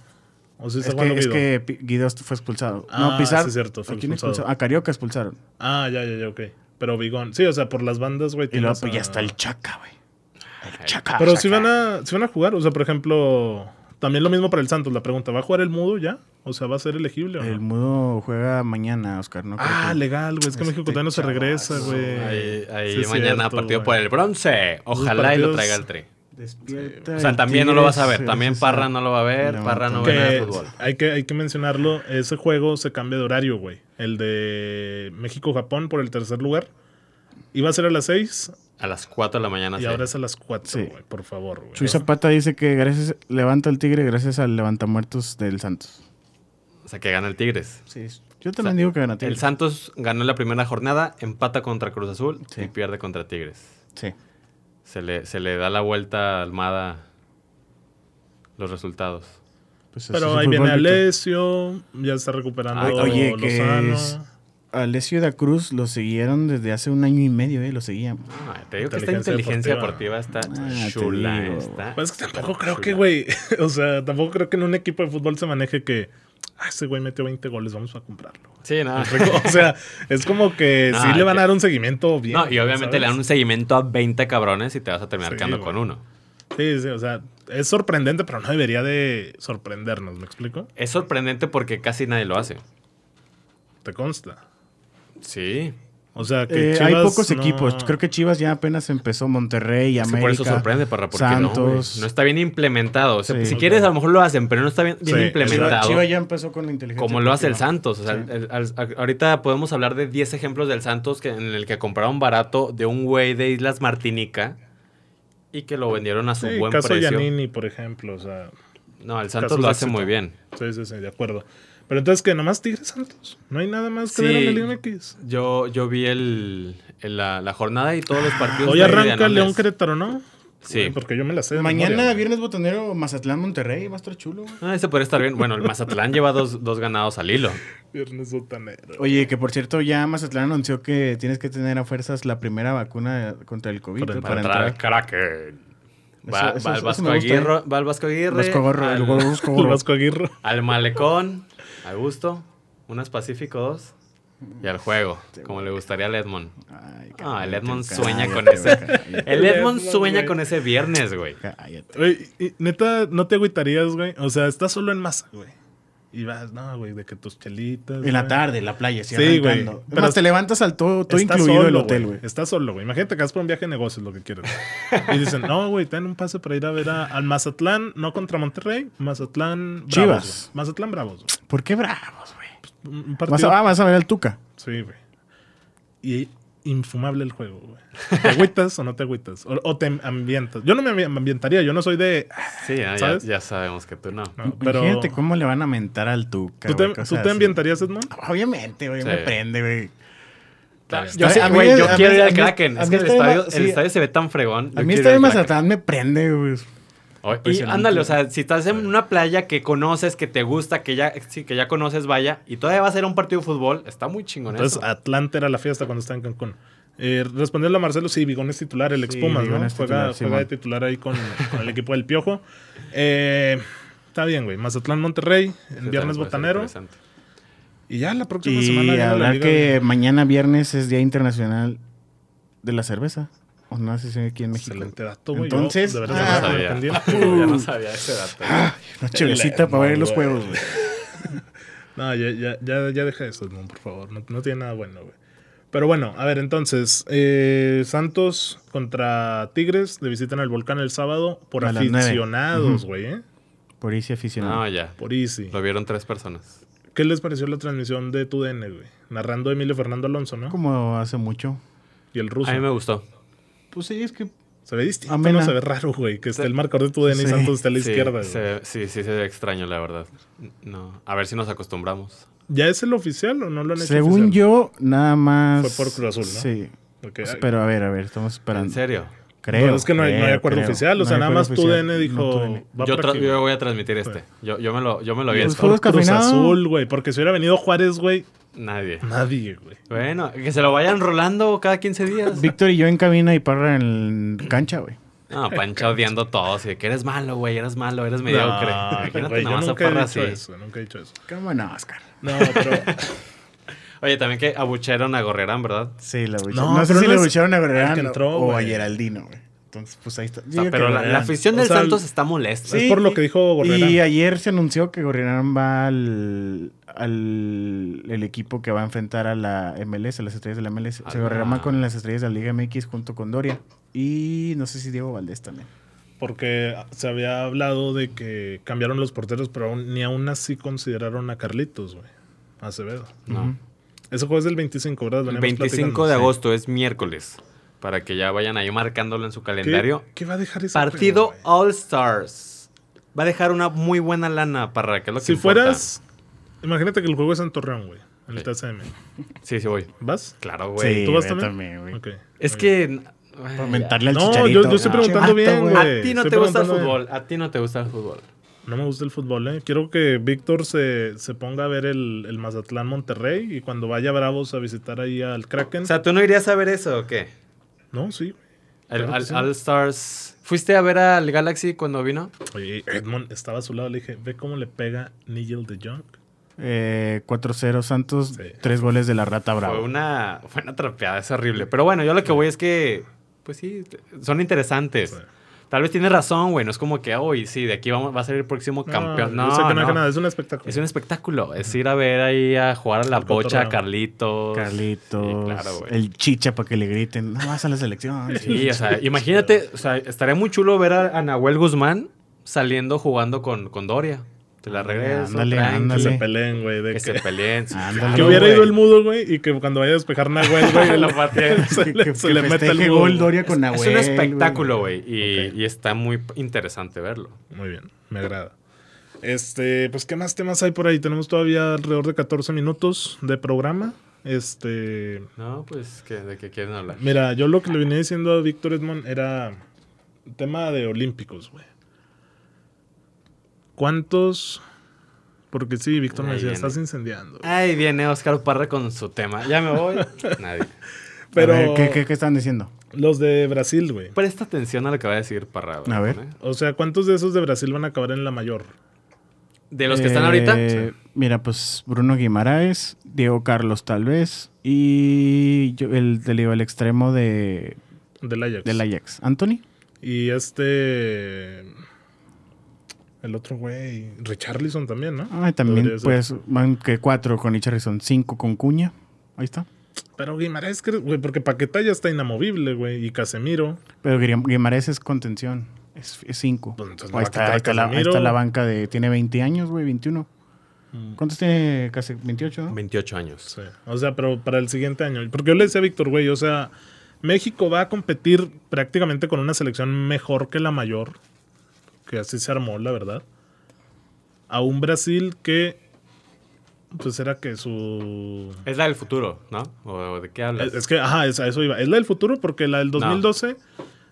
Speaker 1: O sí está
Speaker 2: Es que,
Speaker 1: jugando
Speaker 2: es
Speaker 1: Bigón.
Speaker 2: que Pi- Guido fue expulsado. no,
Speaker 1: Ah,
Speaker 2: Pizarro.
Speaker 1: sí es cierto, fue
Speaker 2: ¿A quién
Speaker 1: expulsado.
Speaker 2: expulsó? A Carioca expulsaron.
Speaker 1: Ah, ya, ya, ya, ok. Pero Bigón. Sí, o sea, por las bandas, güey.
Speaker 2: Y luego
Speaker 1: tienes
Speaker 2: pues,
Speaker 1: a-
Speaker 2: ya está el Chaca, güey. El Chaca.
Speaker 1: Pero
Speaker 2: Chaca.
Speaker 1: si van, a, si van a jugar, o sea, por ejemplo, también lo mismo para el Santos. La pregunta, ¿va a jugar el mudo ya? O sea, ¿va a ser elegible o no?
Speaker 2: El mudo juega mañana, Oscar, ¿no? creo
Speaker 1: ah,
Speaker 2: que-
Speaker 1: legal, güey. Es que
Speaker 2: Este
Speaker 1: México todavía no se
Speaker 2: chaval,
Speaker 1: regresa,
Speaker 2: no,
Speaker 1: güey.
Speaker 3: Ahí, ahí
Speaker 1: Sí es
Speaker 3: mañana
Speaker 1: cierto,
Speaker 3: partido
Speaker 1: güey.
Speaker 3: por el bronce. Ojalá y lo
Speaker 1: partidos-
Speaker 3: traiga el tri.
Speaker 2: Despierta
Speaker 3: O sea,
Speaker 2: el
Speaker 3: también no lo vas a ver.
Speaker 2: Tigres,
Speaker 3: También
Speaker 2: sí, sí,
Speaker 3: Parra
Speaker 2: sí.
Speaker 3: no lo va a ver.
Speaker 2: No,
Speaker 3: Parra no
Speaker 2: tampoco.
Speaker 3: ve nada de
Speaker 1: Que
Speaker 3: fútbol.
Speaker 1: hay, que, hay que mencionarlo, ese juego se cambia de horario, güey. El de México-Japón por el tercer lugar. Iba a ser a las 6
Speaker 3: A las 4 de la mañana.
Speaker 1: y
Speaker 3: Ah, sí.
Speaker 1: ahora es a las 4,
Speaker 2: Sí.
Speaker 1: güey. Por favor, güey.
Speaker 2: Chuy Zapata dice que gracias levanta el tigre gracias al levantamuertos del Santos.
Speaker 3: O sea, que gana el Tigres.
Speaker 2: Sí, yo también digo que gana
Speaker 3: El
Speaker 2: Tigres.
Speaker 3: Santos ganó la primera jornada, empata contra Cruz Azul
Speaker 2: Sí.
Speaker 3: y pierde contra Tigres.
Speaker 2: Sí.
Speaker 3: Se le, se le da la vuelta a Almada los resultados.
Speaker 2: Pues así es
Speaker 1: Pero
Speaker 2: el
Speaker 1: ahí
Speaker 2: fútbol,
Speaker 1: viene
Speaker 2: Víctor.
Speaker 1: Alesio, ya está recuperando
Speaker 3: Ay,
Speaker 2: oye, que
Speaker 1: Lozano.
Speaker 2: es- Alessio da Cruz lo siguieron desde hace un año y medio, eh, lo seguían.
Speaker 3: Ah, te digo que esta
Speaker 1: Inteligencia
Speaker 3: inteligencia deportiva, está
Speaker 2: Ah, te
Speaker 3: chula.
Speaker 2: digo,
Speaker 3: está
Speaker 1: Pues es que tampoco
Speaker 3: chula.
Speaker 1: creo que, güey. O sea, tampoco creo que en un equipo de fútbol se maneje que. Ah, ese güey metió 20 goles, vamos a comprarlo.
Speaker 3: Sí, no.
Speaker 1: O sea, es como que
Speaker 3: No,
Speaker 1: sí le van a
Speaker 3: que-
Speaker 1: dar un seguimiento bien.
Speaker 3: No, y obviamente le dan un seguimiento a 20 cabrones y te vas a terminar
Speaker 1: Sí,
Speaker 3: quedando
Speaker 1: güey.
Speaker 3: con uno.
Speaker 1: Sí, sí, o sea, es sorprendente, pero no debería de sorprendernos, ¿me explico?
Speaker 3: Es sorprendente porque casi nadie lo hace.
Speaker 1: Te consta.
Speaker 3: Sí.
Speaker 1: O sea, que
Speaker 2: Eh,
Speaker 1: Chivas
Speaker 2: hay pocos
Speaker 1: no-
Speaker 2: equipos. Creo que Chivas ya apenas empezó. Monterrey,
Speaker 3: Es que
Speaker 2: América.
Speaker 3: por eso sorprende, Parra, porque no, güey.
Speaker 2: Santos.
Speaker 3: no está bien implementado. O sea,
Speaker 2: Sí.
Speaker 3: si quieres, a lo mejor lo hacen, pero no está bien, bien
Speaker 1: Sí.
Speaker 2: Chivas,
Speaker 3: implementado.
Speaker 2: Chivas ya empezó con la inteligencia.
Speaker 3: Como lo hace el
Speaker 2: deportiva.
Speaker 3: Santos. O sea,
Speaker 2: Sí.
Speaker 3: el- al- a- ahorita podemos hablar de 10 ejemplos del Santos que, en el que compraron barato de un güey de Islas Martinica y que lo vendieron a su
Speaker 1: Sí,
Speaker 3: buen
Speaker 1: caso
Speaker 3: precio.
Speaker 1: Giannini, por ejemplo. O sea,
Speaker 3: No, el
Speaker 1: casos
Speaker 3: Santos
Speaker 1: de
Speaker 3: lo hace
Speaker 1: éxito.
Speaker 3: muy bien.
Speaker 1: sí, sí, sí, de acuerdo. Pero entonces, que nomás Tigres Santos. No hay nada más que
Speaker 3: Sí.
Speaker 1: ver en el MX.
Speaker 3: Yo, yo vi el, el- la, la jornada y todos los partidos.
Speaker 1: Hoy
Speaker 3: de
Speaker 1: arranca
Speaker 3: medianones.
Speaker 1: León Querétaro, ¿no?
Speaker 3: Sí.
Speaker 1: Güey, Porque yo me la sé. de
Speaker 2: Pues Mañana,
Speaker 1: memoria, güey.
Speaker 2: viernes botanero, Mazatlán, Monterrey. Va a estar chulo. güey.
Speaker 3: Ah, ese podría estar bien. Bueno, el Mazatlán lleva dos, dos ganados al hilo.
Speaker 1: Viernes botanero.
Speaker 2: Oye, que por cierto, ya Mazatlán anunció que tienes que tener a fuerzas la primera vacuna contra el COVID
Speaker 1: Para
Speaker 2: para,
Speaker 3: Para, entrar al
Speaker 2: entrar.
Speaker 3: Kraken. Va,
Speaker 2: Eso- eso-
Speaker 3: va al
Speaker 2: eso
Speaker 3: Vasco
Speaker 2: me gusta, ¿eh?
Speaker 3: Aguirre. Va al Vasco Aguirre.
Speaker 2: Los cogorros,
Speaker 3: al-
Speaker 2: el gorro, los
Speaker 1: El
Speaker 2: cogorros.
Speaker 1: Vasco Aguirre.
Speaker 3: Al malecón, a gusto, unas Pacífico 2 y al juego, como le gustaría al Edmond.
Speaker 2: Ay,
Speaker 3: Ah, el
Speaker 2: cállate,
Speaker 3: Edmond
Speaker 2: cállate,
Speaker 3: sueña con
Speaker 2: cállate,
Speaker 3: ese.
Speaker 2: cállate,
Speaker 3: El
Speaker 1: Edmond,
Speaker 3: Edmond sueña
Speaker 1: güey.
Speaker 3: con ese viernes, güey.
Speaker 2: Cállate.
Speaker 1: Güey, y- y neta, no te agüitarías, güey. O sea, estás solo en masa, güey. Y vas, no, güey, de que tus chelitas.
Speaker 2: En la
Speaker 1: güey.
Speaker 2: tarde, en la playa, sí,
Speaker 1: Sí, güey.
Speaker 2: arrancando.
Speaker 1: Pero
Speaker 2: Además, te levantas al todo, todo
Speaker 1: Estás
Speaker 2: incluido el
Speaker 1: solo,
Speaker 2: hotel, güey.
Speaker 1: Estás solo, güey. Imagínate que vas por un viaje de negocios, lo que quieres. güey. Y dicen, no, güey, ten un pase para ir a ver a, al Mazatlán, no contra Monterrey, Mazatlán Bravos.
Speaker 2: Chivas.
Speaker 1: güey. Mazatlán Bravos. güey.
Speaker 2: ¿Por qué bravos, güey?
Speaker 1: Un un
Speaker 2: Vas
Speaker 1: partido.
Speaker 2: a, ah, vas a ver al Tuca.
Speaker 1: Sí, güey. Y infumable el juego, güey. ¿Te agüitas o no te agüitas? O, o te ambientas. Yo no me ambi- ambientaría, yo no soy de.
Speaker 3: Sí, ya, ya-
Speaker 1: ¿Sabes?
Speaker 3: ya sabemos que tú no.
Speaker 1: no, Ah, pero.
Speaker 2: Imagínate cómo le van a mentar al Tuca.
Speaker 1: ¿Tú te, em,
Speaker 2: güey, cosas
Speaker 1: tú te
Speaker 2: así. Ah,
Speaker 1: ambientarías, Edmond?
Speaker 2: Obviamente, güey,
Speaker 3: Sí.
Speaker 2: me prende, güey.
Speaker 3: Está bien.
Speaker 2: A
Speaker 3: Yo, sí,
Speaker 2: mí- a mí-
Speaker 3: güey, yo
Speaker 2: a mí-
Speaker 3: quiero ir
Speaker 2: a
Speaker 3: al
Speaker 2: mí-
Speaker 3: Kraken.
Speaker 2: a
Speaker 3: Es
Speaker 2: mí
Speaker 3: que el
Speaker 2: está bien
Speaker 3: estadio,
Speaker 2: ma-
Speaker 3: el
Speaker 2: sí.
Speaker 3: estadio se ve tan fregón. Yo
Speaker 2: A
Speaker 3: quiero
Speaker 2: mí esta
Speaker 3: ir
Speaker 2: de
Speaker 3: al Kraken.
Speaker 2: Mazatlán me prende, güey.
Speaker 3: Oye, Y
Speaker 2: Impresionante.
Speaker 3: ándale, o sea, si estás en una playa que conoces, que te gusta, que ya, sí, que ya conoces, vaya, y todavía vas a ir a un partido de fútbol, está muy chingón eso.
Speaker 1: Entonces, Atlanta era la fiesta cuando estaba en Cancún. Eh, respondiendo a Marcelo, sí, Vigón es titular, el ex
Speaker 2: Sí,
Speaker 1: Pumas,
Speaker 2: Vigón
Speaker 1: ¿no?
Speaker 2: es
Speaker 1: juega
Speaker 2: titular, sí,
Speaker 1: juega de
Speaker 2: man.
Speaker 1: titular ahí con, con el equipo del Piojo. Eh, está bien, güey. Mazatlán Monterrey,
Speaker 3: Ese
Speaker 1: en viernes
Speaker 3: también puede ser
Speaker 1: botanero.
Speaker 3: interesante.
Speaker 1: Y ya la próxima semana
Speaker 2: Y
Speaker 1: viene la
Speaker 2: hablar
Speaker 1: Liga.
Speaker 2: que mañana viernes es Día Internacional de la Cerveza. O no sé si aquí en México.
Speaker 1: Excelente dato, güey.
Speaker 2: Entonces,
Speaker 1: Yo, de
Speaker 3: Yo
Speaker 1: verdad,
Speaker 3: no
Speaker 2: Ah,
Speaker 1: estaba
Speaker 3: sabía.
Speaker 1: pendiente. Ah,
Speaker 3: Yo no sabía ese dato.
Speaker 2: Una chevecita para ver los juegos, güey.
Speaker 1: No, ya, ya, ya, ya deja eso, Edmond, por favor. No, no tiene nada bueno, güey. Pero bueno, a ver, entonces, eh, Santos contra Tigres le visitan al volcán el sábado por
Speaker 2: A las nueve.
Speaker 1: aficionados,
Speaker 2: Ujú.
Speaker 1: güey, ¿eh?
Speaker 2: Por ahí sí aficionado.
Speaker 3: No, ya.
Speaker 1: Por Easy.
Speaker 3: Lo vieron tres personas.
Speaker 1: ¿Qué les pareció la transmisión de TUDN, güey? Narrando Emilio Fernando Alonso, ¿no?
Speaker 2: Como hace mucho.
Speaker 1: Y el ruso.
Speaker 3: A mí me gustó.
Speaker 2: Pues sí, es que.
Speaker 1: Se ve distinto,
Speaker 2: Amena.
Speaker 1: no se ve raro, güey. Que esté el marcador de TUDN
Speaker 2: Sí.
Speaker 1: y Santos esté a la
Speaker 3: Sí,
Speaker 1: izquierda, güey.
Speaker 3: se ve- sí, sí, se ve extraño, la verdad. No. A ver si nos acostumbramos.
Speaker 1: ¿Ya es el oficial o no lo han hecho
Speaker 2: Según
Speaker 1: oficial?
Speaker 2: yo, nada más.
Speaker 1: Fue por Cruz Azul, ¿no?
Speaker 2: Sí.
Speaker 1: Porque-
Speaker 2: Pues, Pero a ver, a ver, estamos esperando.
Speaker 3: ¿En serio?
Speaker 2: Creo.
Speaker 1: No, es que no hay, no hay
Speaker 2: creo,
Speaker 1: acuerdo
Speaker 2: creo.
Speaker 1: oficial, o
Speaker 2: No
Speaker 1: sea,
Speaker 2: hay
Speaker 1: nada
Speaker 2: acuerdo
Speaker 1: más
Speaker 2: oficial.
Speaker 1: TUDN dijo.
Speaker 2: No, TUDN.
Speaker 1: va
Speaker 3: Yo,
Speaker 1: por
Speaker 3: tra-
Speaker 1: aquí,
Speaker 3: yo
Speaker 1: güey. Pues.
Speaker 3: voy a transmitir este. Yo, yo me lo, yo me lo
Speaker 2: Pues
Speaker 3: aviento.
Speaker 2: fue-
Speaker 1: Por Cruz
Speaker 2: Descafeinado.
Speaker 1: Azul, güey, porque si hubiera venido Juárez, güey,
Speaker 3: Nadie.
Speaker 1: nadie, güey.
Speaker 3: Bueno, que se lo vayan rolando cada 15 días.
Speaker 2: Víctor y yo en cabina y Parra en cancha, güey.
Speaker 3: No, Pancha odiando a todos. y que eres malo, güey, eres malo, eres mediocre.
Speaker 1: No,
Speaker 3: Imagínate
Speaker 1: güey, yo
Speaker 3: nomás a
Speaker 1: nunca he
Speaker 3: Parra
Speaker 1: dicho
Speaker 3: así.
Speaker 1: eso, nunca he dicho eso.
Speaker 2: ¿Cómo no, Oscar?
Speaker 1: No, pero
Speaker 3: Oye, también que abuchearon a Gorrerán, ¿verdad?
Speaker 2: Sí, la bucharon.
Speaker 1: No,
Speaker 2: No, sé
Speaker 1: pero
Speaker 2: si
Speaker 1: no
Speaker 2: le
Speaker 1: es-
Speaker 2: bucharon a Gorrerán
Speaker 1: el que entró,
Speaker 2: o a
Speaker 1: güey.
Speaker 2: Geraldino, güey. Entonces, pues ahí está.
Speaker 3: O sea, pero la, la afición
Speaker 1: O
Speaker 3: del
Speaker 1: sea,
Speaker 3: Santos está molesta.
Speaker 1: es por lo que dijo Gorrerán.
Speaker 2: Y ayer se anunció que Gorrerán va al, al el equipo que va a enfrentar a la MLS, a las estrellas de la MLS. O sea,
Speaker 3: Ah.
Speaker 2: Gorrerán va con las estrellas de la Liga MX junto con Doria. Y no sé si Diego Valdés también.
Speaker 1: porque se había hablado de que cambiaron los porteros, pero aún- ni aún así consideraron a Carlitos, güey. Acevedo.
Speaker 3: No.
Speaker 2: Ujú.
Speaker 1: Ese juego es del 25, ¿verdad?
Speaker 3: El
Speaker 1: Veníamos
Speaker 3: 25
Speaker 1: platicando.
Speaker 3: de
Speaker 1: Sí.
Speaker 3: agosto es miércoles. Para que ya vayan ahí marcándolo en su
Speaker 1: ¿Qué-
Speaker 3: calendario.
Speaker 1: ¿Qué, va a dejar ese
Speaker 3: Partido
Speaker 1: juego, güey?
Speaker 3: All Stars. Va a dejar una muy buena lana para que es lo que
Speaker 1: Si
Speaker 3: importa.
Speaker 1: fueras. Imagínate que el juego es en Torreón, güey. En el
Speaker 3: Sí.
Speaker 1: TSM.
Speaker 3: Sí, sí, voy.
Speaker 1: ¿Vas?
Speaker 3: Claro, güey.
Speaker 1: Sí. ¿tú vas
Speaker 2: yo
Speaker 1: también?
Speaker 2: güey.
Speaker 1: Ok.
Speaker 3: Es
Speaker 1: Muy
Speaker 3: que.
Speaker 2: Para
Speaker 3: Ay,
Speaker 2: mentarle al
Speaker 1: No, yo-
Speaker 2: chicharito.
Speaker 1: yo estoy
Speaker 2: Ah,
Speaker 1: preguntando
Speaker 2: vato,
Speaker 1: bien, güey.
Speaker 3: A ti no
Speaker 1: Estoy
Speaker 3: te gusta el
Speaker 1: preguntando-
Speaker 3: fútbol. A ti no te gusta el fútbol.
Speaker 1: No me gusta el fútbol, ¿eh? Quiero que Víctor se, se ponga a ver el, el Mazatlán Monterrey y cuando vaya a Bravos a visitar ahí al Kraken.
Speaker 3: O sea, ¿tú no irías a ver eso o qué?
Speaker 1: no, sí.
Speaker 3: El,
Speaker 1: Claro que
Speaker 3: al-
Speaker 1: sí.
Speaker 3: All Stars. ¿Fuiste a ver al Galaxy cuando vino?
Speaker 1: Oye, Edmond estaba a su lado, le dije, ve cómo le pega Nigel de Jong.
Speaker 2: Eh, 4-0 Santos,
Speaker 1: Sí.
Speaker 2: tres goles de la Rata Brava.
Speaker 3: Fue una, fue una trapeada, es horrible. Pero bueno, yo lo que voy es que, pues sí, t- son interesantes.
Speaker 1: Sí.
Speaker 3: Tal vez tienes razón, güey. No es como que, hoy sí, de aquí vamos, va a ser el próximo campeón. No,
Speaker 1: yo sé que no,
Speaker 3: no.
Speaker 1: es nada, es un espectáculo.
Speaker 3: Es un espectáculo. Es ir a ver ahí a jugar a la
Speaker 1: Al
Speaker 3: bocha, a
Speaker 1: cotorreo.
Speaker 3: Carlitos.
Speaker 2: Carlitos,
Speaker 3: Sí, claro, güey.
Speaker 2: el chicha para que le griten, no vas a la selección.
Speaker 3: Sí, o sea, imagínate, o sea, estaría muy chulo ver a, a Nahuel Guzmán saliendo jugando con, con Doria. Te la regreso.
Speaker 2: Ah, Ándale,
Speaker 3: tranqui,
Speaker 1: que
Speaker 2: ándale.
Speaker 1: se peleen, güey. de
Speaker 3: Que se
Speaker 1: que-
Speaker 3: peleen. sí,
Speaker 2: Ándale.
Speaker 3: claro,
Speaker 1: que hubiera
Speaker 3: güey.
Speaker 1: ido el mudo, güey, y que cuando vaya a despejar Nahuel, güey,
Speaker 3: Lo
Speaker 1: le-
Speaker 3: pateé.
Speaker 1: se le,
Speaker 2: que,
Speaker 1: se
Speaker 2: que
Speaker 1: le meta
Speaker 2: festeje
Speaker 1: el
Speaker 2: gol
Speaker 1: gol.
Speaker 2: Doria con
Speaker 3: Es
Speaker 2: Nahuel.
Speaker 3: un
Speaker 2: güey.
Speaker 3: espectáculo, güey. Y,
Speaker 1: Ok.
Speaker 3: y está muy p- interesante verlo.
Speaker 1: Muy bien, me agrada. Este, pues, ¿qué más temas hay por ahí? Tenemos todavía alrededor de 14 minutos de programa. Este,
Speaker 3: No, pues, que ¿de qué quieren hablar?
Speaker 1: mira, yo lo que le venía diciendo a Víctor Edmond era tema de olímpicos, güey. ¿Cuántos? Porque sí, Víctor me
Speaker 3: Ahí
Speaker 1: decía,
Speaker 3: viene.
Speaker 1: estás incendiando. güey".
Speaker 3: Ahí viene Oscar Parra con su tema. Ya me voy. Nadie.
Speaker 2: A
Speaker 1: Pero
Speaker 2: ver, ¿qué, qué, qué están diciendo?
Speaker 1: los de Brasil, güey.
Speaker 3: Presta atención a lo que va a decir Parra. güey,
Speaker 2: A ver.
Speaker 3: ¿eh?
Speaker 1: O sea, ¿cuántos de esos de Brasil van a acabar en la mayor?
Speaker 3: De los que están ahorita.
Speaker 2: Eh, Mira, pues Bruno Guimaraes, Diego Carlos tal vez, y yo- el, te digo, el extremo de,
Speaker 1: Del Ajax.
Speaker 2: del Ajax, Anthony.
Speaker 1: Y este. El otro güey. Richarlison también, ¿no?
Speaker 2: Ah, y también
Speaker 1: Podría ser.
Speaker 2: pues van que cuatro con Richardson, cinco con Cuña. Ahí está.
Speaker 1: Pero Guimarães, cre- güey, porque Paquetá ya está inamovible, güey. Y Casemiro.
Speaker 2: Pero Guim- Guimaraes es contención. Es, es cinco.
Speaker 1: Pues, entonces,
Speaker 2: Ahí
Speaker 1: no va a
Speaker 2: está,
Speaker 1: quitar a
Speaker 2: ahí está la, ahí está
Speaker 1: Casemiro. Mm.
Speaker 2: la banca de. Tiene 20 años, güey, 21. ¿Cuántos tiene? Casi 28, ¿no?
Speaker 3: 28 años.
Speaker 1: Sí. O sea, pero para el siguiente año. Porque yo le decía a Víctor, güey, o sea, México va a competir prácticamente con una selección mejor que la mayor. Que así se armó, la verdad. A un Brasil que. Pues era que su.
Speaker 3: Es la del futuro, ¿no? ¿O, o de qué hablas?
Speaker 1: Es, es que, ajá, es, a eso iba. Es la del futuro porque la del 2012,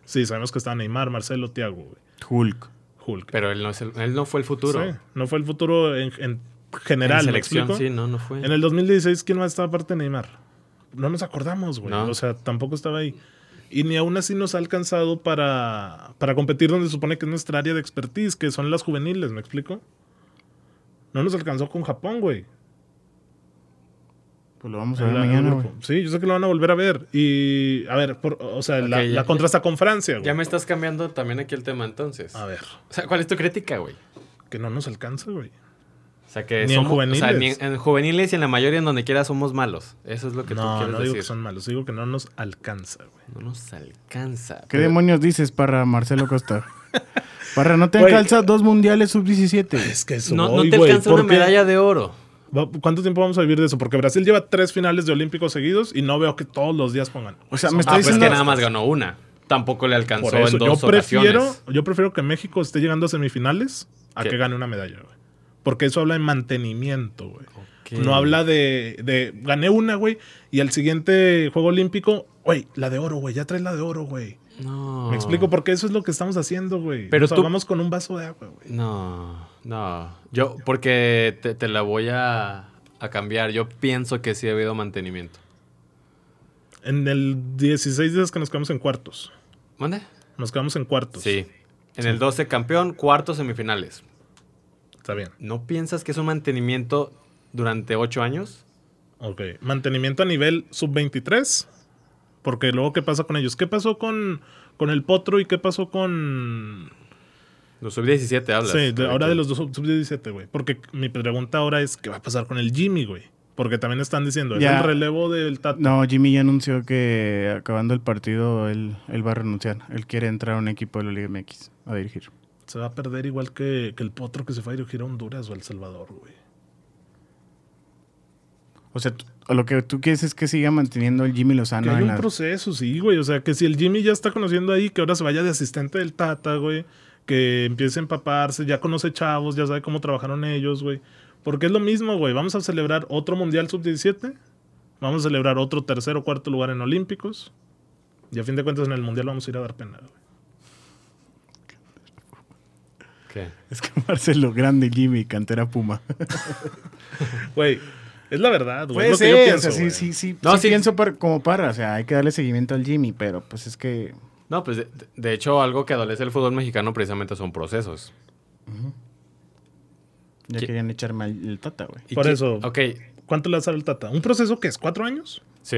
Speaker 1: sí, sabemos que está Neymar, Marcelo, Thiago, güey,
Speaker 2: Hulk.
Speaker 1: Hulk.
Speaker 3: Pero él no, es el- él no fue el futuro.
Speaker 1: Sí, no fue el futuro en, en
Speaker 3: En
Speaker 1: general, ¿me
Speaker 3: selección,
Speaker 1: explico?
Speaker 3: sí, no, no fue.
Speaker 1: En el 2016, ¿quién más estaba aparte de Neymar? No nos acordamos, güey.
Speaker 3: No.
Speaker 1: O sea, tampoco estaba ahí. Y ni aún así nos ha alcanzado para, para competir donde se supone que es nuestra área de expertise, que son las juveniles, ¿me explico? No nos alcanzó con Japón, güey.
Speaker 2: Pues lo vamos a
Speaker 1: En
Speaker 2: ver
Speaker 1: la- en el
Speaker 2: mañana, güey.
Speaker 1: grupo. Sí, yo sé que lo van a volver a ver. Y, a ver, por- o sea, la,
Speaker 3: Ok, ya-
Speaker 1: la contrasta con Francia, güey.
Speaker 3: Ya me estás cambiando también aquí el tema entonces.
Speaker 1: A ver,
Speaker 3: O sea, ¿cuál es tu crítica, güey?
Speaker 1: que no nos alcanza, güey.
Speaker 3: O sea, que
Speaker 1: Ni en
Speaker 3: somos, o sea,
Speaker 1: juveniles.
Speaker 3: ni en, en juveniles y en la mayoría en donde quiera somos malos. Eso es lo que tú
Speaker 1: No,
Speaker 3: quieres
Speaker 1: no digo
Speaker 3: decir.
Speaker 1: que son malos, digo que no nos alcanza, güey.
Speaker 3: No nos alcanza.
Speaker 2: ¿Qué
Speaker 3: Pero-
Speaker 2: demonios dices, Parra Marcelo Costa? Parra, no te
Speaker 1: Güey,
Speaker 2: alcanza dos mundiales sub-17.
Speaker 1: Es que eso
Speaker 3: No, no
Speaker 1: voy,
Speaker 3: te
Speaker 1: güey,
Speaker 3: alcanza
Speaker 1: ¿por
Speaker 3: una
Speaker 1: qué?
Speaker 3: medalla de oro.
Speaker 1: Va- ¿Cuánto tiempo vamos a vivir de eso? Porque Brasil lleva tres finales de Olímpicos seguidos y no veo que todos los días pongan.
Speaker 2: O sea, me
Speaker 3: Ah,
Speaker 2: está
Speaker 3: pues
Speaker 2: diciendo.
Speaker 3: que nada más ganó una. Tampoco le alcanzó
Speaker 1: Por eso,
Speaker 3: en dos
Speaker 1: yo prefiero,
Speaker 3: ocasiones.
Speaker 1: yo prefiero que México esté llegando a semifinales a
Speaker 3: ¿Qué?
Speaker 1: que gane una medalla, güey. Porque eso habla de mantenimiento, güey.
Speaker 3: Ok.
Speaker 1: No habla de, de gané una, güey, y al siguiente Juego Olímpico, güey, la de oro, güey, ya traes la de oro, güey.
Speaker 3: No.
Speaker 1: Me explico, porque eso es lo que estamos haciendo, güey.
Speaker 3: Ah. Pero
Speaker 1: Pero Nos
Speaker 3: tú-
Speaker 1: ahogamos con un vaso de agua, güey.
Speaker 3: No, no. Yo, porque te, te la voy a, a cambiar. Yo pienso que sí ha habido mantenimiento.
Speaker 1: En el 16 días que nos quedamos en cuartos.
Speaker 3: ¿Mande?
Speaker 1: Nos quedamos en cuartos.
Speaker 3: Sí. En el 12 campeón, cuartos semifinales.
Speaker 1: Está bien.
Speaker 3: ¿No piensas que es un mantenimiento durante ocho años?
Speaker 1: Ok. Mantenimiento a nivel sub-23. Porque luego, ¿qué pasa con ellos? ¿Qué pasó con, con el Potro y qué pasó con.
Speaker 3: Los sub-17 hablas.
Speaker 1: Sí, de- ahora de los dos sub-17, güey. Porque mi pregunta ahora es: ¿qué va a pasar con el Jimmy, güey? Porque también están diciendo, es
Speaker 2: Ya.
Speaker 1: el relevo del Tata.
Speaker 2: No, Jimmy ya anunció que acabando el partido él, él va a renunciar. Él quiere entrar a un equipo de la Liga MX a dirigir.
Speaker 1: Se va a perder igual que, que el Potro que se fue a dirigir a Honduras o a El Salvador, güey.
Speaker 2: O sea, tú- lo que tú quieres es que siga manteniendo el Jimmy
Speaker 1: Que
Speaker 2: Lozano
Speaker 1: hay
Speaker 2: en
Speaker 1: un
Speaker 2: la-
Speaker 1: proceso, sí, güey. O sea, que si el Jimmy ya está conociendo ahí, que ahora se vaya de asistente del Tata, güey. Que empiece a empaparse, ya conoce chavos, ya sabe cómo trabajaron ellos, güey. Porque es lo mismo, güey. Vamos a celebrar otro Mundial Sub-17. Vamos a celebrar otro tercer o cuarto lugar en Olímpicos. Y a fin de cuentas en el Mundial vamos a ir a dar pena, güey.
Speaker 3: ¿Qué?
Speaker 2: Es que Marcelo Grande, Jimmy, cantera Puma.
Speaker 1: Güey, es la verdad, güey.
Speaker 2: Puede
Speaker 1: Pues es lo
Speaker 2: ser,
Speaker 1: que yo pienso,
Speaker 2: o sea, Pues sí,
Speaker 1: güey.
Speaker 2: sí, sí.
Speaker 3: No,
Speaker 2: sí
Speaker 3: sí.
Speaker 2: pienso par- como para, o sea, hay que darle seguimiento al Jimmy, pero pues es que...
Speaker 3: No, pues de, de hecho algo que adolece el fútbol mexicano precisamente son procesos.
Speaker 2: Ya
Speaker 3: ¿Qué?
Speaker 2: querían echarme al el Tata, güey.
Speaker 3: ¿Y
Speaker 1: Por
Speaker 3: qué-
Speaker 1: eso.
Speaker 3: Ok,
Speaker 1: ¿Cuánto le vas a dar al Tata? ¿Un proceso que es? ¿Cuatro años?
Speaker 3: sí,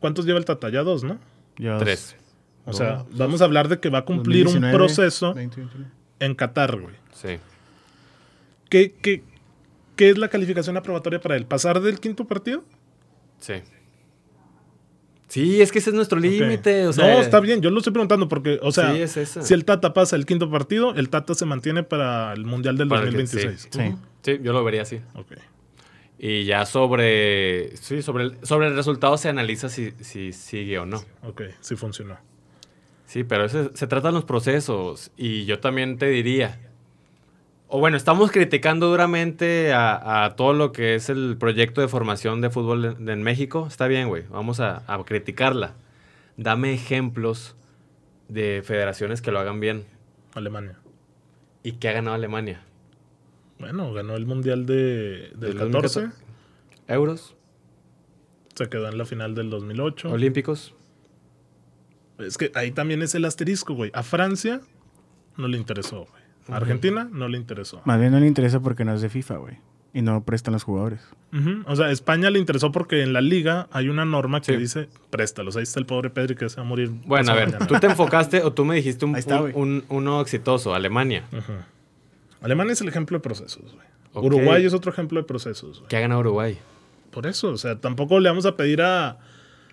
Speaker 1: ¿Cuántos lleva el Tata? Ya dos, ¿no?
Speaker 2: Lleva dos-
Speaker 3: tres.
Speaker 1: O sea,
Speaker 2: Dos.
Speaker 1: vamos a hablar de que va a cumplir
Speaker 2: 2019,
Speaker 1: un proceso
Speaker 2: 2021.
Speaker 1: en Qatar, güey.
Speaker 3: Sí.
Speaker 1: ¿Qué, qué, qué es la calificación aprobatoria para él? ¿Pasar del quinto partido?
Speaker 3: Sí. Sí, es que ese es nuestro límite. o sea-
Speaker 1: no, está bien, yo lo estoy preguntando porque, o sea,
Speaker 3: Sí, es esa.
Speaker 1: si el Tata pasa el quinto partido, el Tata se mantiene para el Mundial del
Speaker 3: Para el que-
Speaker 1: 2026.
Speaker 2: Sí.
Speaker 3: Sí, yo lo vería así.
Speaker 1: Mm, Ok.
Speaker 3: Y ya sobre. Sí, sobre el, sobre el resultado se analiza si, si sigue o no.
Speaker 1: Ok, sí funcionó.
Speaker 3: Sí, pero ese- se tratan los procesos. Y yo también te diría. O bueno, estamos criticando duramente a, a todo lo que es el proyecto de formación de fútbol en, en México. Está bien, güey. Vamos a, a criticarla. Dame ejemplos de federaciones que lo hagan bien
Speaker 1: Alemania.
Speaker 3: y que ha ganado Alemania.
Speaker 1: Bueno, ganó el Mundial de, del
Speaker 3: Del
Speaker 1: 14,
Speaker 3: 2014. Euros,
Speaker 1: se quedó en la final del 2008.
Speaker 3: olímpicos.
Speaker 1: Es que ahí también es el asterisco, güey. A Francia no le interesó, güey. A Argentina no le interesó.
Speaker 2: Más bien no le interesa porque no es de FIFA, güey. Y no prestan los jugadores.
Speaker 1: Ujú, O sea, España le interesó porque en la liga hay una norma que
Speaker 3: Sí.
Speaker 1: dice préstalos. Ahí está el pobre Pedri que se va a morir.
Speaker 3: Bueno, a
Speaker 1: pasado
Speaker 3: ver,
Speaker 1: mañana.
Speaker 3: tú te enfocaste o tú me dijiste un,
Speaker 2: Ahí está,
Speaker 3: un-
Speaker 2: güey.
Speaker 3: un- uno exitoso, Alemania,
Speaker 1: Ujú. Alemania es el ejemplo de procesos, güey.
Speaker 3: Ok.
Speaker 1: Uruguay es otro ejemplo de procesos, güey.
Speaker 3: que ha ganado Uruguay.
Speaker 1: Por eso, o sea, tampoco le vamos a pedir a.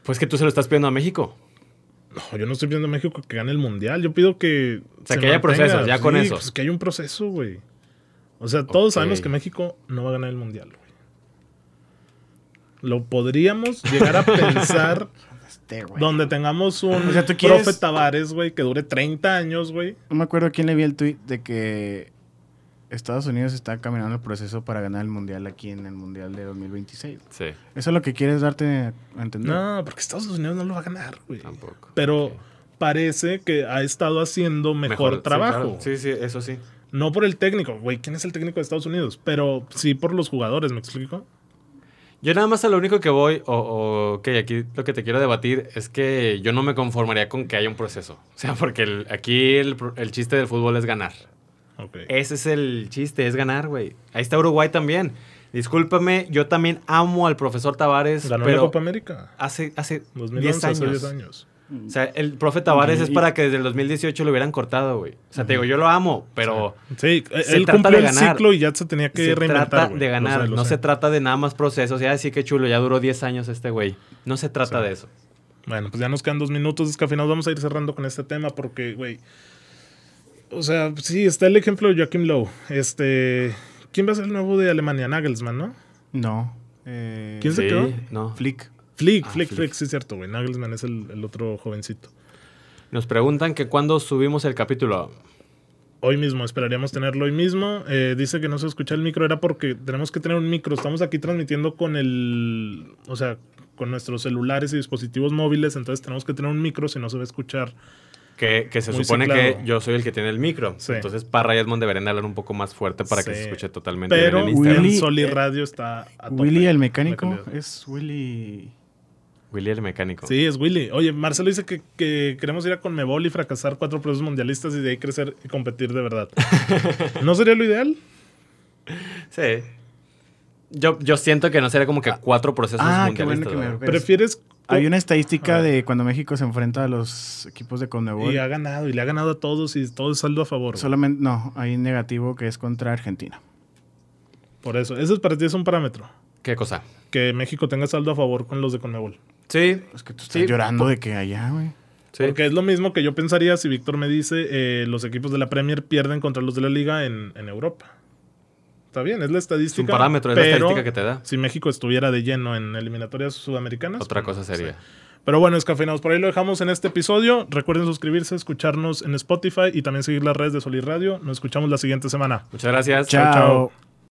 Speaker 3: Pues que tú se lo estás pidiendo a México.
Speaker 1: No, yo no estoy pidiendo a México que gane el mundial. Yo pido que.
Speaker 3: O sea, que haya procesos, ya con eso.
Speaker 1: Pues que haya un proceso, güey. O sea, todos
Speaker 3: Ok.
Speaker 1: sabemos que México no va a ganar el mundial, güey. Lo podríamos llegar a pensar
Speaker 2: Este, güey.
Speaker 1: donde tengamos un
Speaker 2: O sea, ¿tú quieres-
Speaker 1: profe Tavares, güey, que dure 30 años, güey.
Speaker 2: No me acuerdo quién le vi el tweet de que Estados Unidos está caminando el proceso para ganar el mundial aquí en el mundial de 2026.
Speaker 3: Sí,
Speaker 2: Eso es lo que quieres darte a entender.
Speaker 1: No, porque Estados Unidos no lo va a ganar, güey.
Speaker 3: tampoco.
Speaker 1: Pero
Speaker 3: Ok.
Speaker 1: parece que ha estado haciendo mejor,
Speaker 3: sí,
Speaker 1: trabajo.
Speaker 3: claro. Sí, sí, eso sí.
Speaker 1: No por el técnico, güey. ¿Quién es el técnico de Estados Unidos? Pero sí por los jugadores, ¿me explico?
Speaker 3: Yo nada más a lo único que voy, o, o que aquí lo que te quiero debatir es que yo no me conformaría con que haya un proceso. O sea, porque el- aquí el, pro- el chiste del fútbol es ganar.
Speaker 1: Ok.
Speaker 3: Ese es el chiste, es ganar, güey. Ahí está Uruguay también. Discúlpame, yo también amo al profesor Tavares,
Speaker 1: Ganó la
Speaker 3: pero
Speaker 1: Copa América.
Speaker 3: hace, hace
Speaker 1: 2011,
Speaker 3: 10
Speaker 1: hace
Speaker 3: años.
Speaker 1: 10 años.
Speaker 3: O sea, el profe Tavares
Speaker 2: Y-
Speaker 3: es
Speaker 2: y-
Speaker 3: para que desde el 2018 lo hubieran cortado, güey. O sea, te digo, yo lo amo, pero
Speaker 1: Sí, eh,
Speaker 3: Se
Speaker 1: él
Speaker 3: trata
Speaker 1: cumplió
Speaker 3: de
Speaker 1: el
Speaker 3: ganar.
Speaker 1: ciclo y ya se tenía que
Speaker 3: se
Speaker 1: reinventar.
Speaker 3: trata
Speaker 1: güey.
Speaker 3: de
Speaker 1: Lo
Speaker 3: ganar.
Speaker 1: sé, lo
Speaker 3: no
Speaker 1: sé.
Speaker 3: se trata de nada más procesos. Ya sí que chulo, ya duró 10 años este güey. No se trata
Speaker 1: Sí.
Speaker 3: de eso.
Speaker 1: Bueno, pues ya nos quedan dos minutos, descafeinados. Vamos a ir cerrando con este tema porque, güey. O sea, sí, está el ejemplo de Joachim Lowe. Este. ¿Quién va a ser el nuevo de Alemania? Nagelsmann, ¿no?
Speaker 2: No. Eh,
Speaker 1: ¿Quién se
Speaker 3: Sí,
Speaker 1: quedó?
Speaker 3: No.
Speaker 2: Flick.
Speaker 1: Flick,
Speaker 3: Ah,
Speaker 1: Flick,
Speaker 3: Flick.
Speaker 1: Flick, sí es cierto, güey. Nagelsmann es el, el otro jovencito.
Speaker 3: Nos preguntan que cuándo subimos el capítulo.
Speaker 1: Hoy mismo, esperaríamos tenerlo hoy mismo. Eh, dice que no se escucha el micro, era porque tenemos que tener un micro. Estamos aquí transmitiendo con el. O sea, con nuestros celulares y dispositivos móviles, entonces tenemos que tener un micro, si no se va a escuchar
Speaker 3: Que, que se
Speaker 1: Muy
Speaker 3: supone
Speaker 1: ciclado.
Speaker 3: que yo soy el que tiene el micro.
Speaker 1: Sí.
Speaker 3: Entonces Parra y Edmond deberían de hablar un poco más fuerte para que
Speaker 1: Sí.
Speaker 3: se escuche totalmente
Speaker 1: Pero
Speaker 3: bien en Instagram.
Speaker 1: Willy,
Speaker 2: Willy-
Speaker 1: Sol y
Speaker 2: eh,
Speaker 1: Radio está a tope.
Speaker 2: Willy el mecánico
Speaker 1: La calidad.
Speaker 2: es Willy.
Speaker 3: Willy el mecánico.
Speaker 1: Sí, es Willy. Oye, Marcelo dice que, que queremos ir a Conmebol y fracasar cuatro procesos mundialistas y de ahí crecer y competir de verdad. ¿No sería lo ideal?
Speaker 3: Sí. Yo, yo siento que no sería como que cuatro procesos
Speaker 2: Ah, qué bueno
Speaker 3: mundialistas.
Speaker 2: que me
Speaker 3: ¿verdad?
Speaker 2: recuerdas.
Speaker 1: ¿Prefieres
Speaker 2: Hay una
Speaker 1: A
Speaker 2: estadística
Speaker 1: ver.
Speaker 2: de cuando México se enfrenta a los equipos de Conmebol.
Speaker 1: Y ha ganado, y le ha ganado a todos y todo es saldo a favor. güey.
Speaker 2: Solamente, no, hay un negativo que es contra Argentina.
Speaker 1: Por eso, eso es para ti es un parámetro.
Speaker 3: ¿Qué cosa?
Speaker 1: Que México tenga saldo a favor con los de Conmebol.
Speaker 3: Sí,
Speaker 2: Es que tú estás
Speaker 3: Sí,
Speaker 2: llorando de que allá, güey.
Speaker 3: sí.
Speaker 1: Porque es lo mismo que yo pensaría si Víctor me dice eh, los equipos de la Premier pierden contra los de la Liga en, en Europa. Está bien, es la
Speaker 3: es
Speaker 1: estadística.
Speaker 3: un parámetro, es la
Speaker 1: pero
Speaker 3: estadística que te da.
Speaker 1: Si México estuviera de lleno en eliminatorias sudamericanas. pues,
Speaker 3: Otra cosa sería.
Speaker 1: Pero bueno, escafeinados, por ahí lo dejamos en este episodio. Recuerden suscribirse, escucharnos en Spotify y también seguir las redes de Solid Radio. Nos escuchamos la siguiente semana.
Speaker 3: Muchas gracias.
Speaker 2: Chao.
Speaker 1: chao.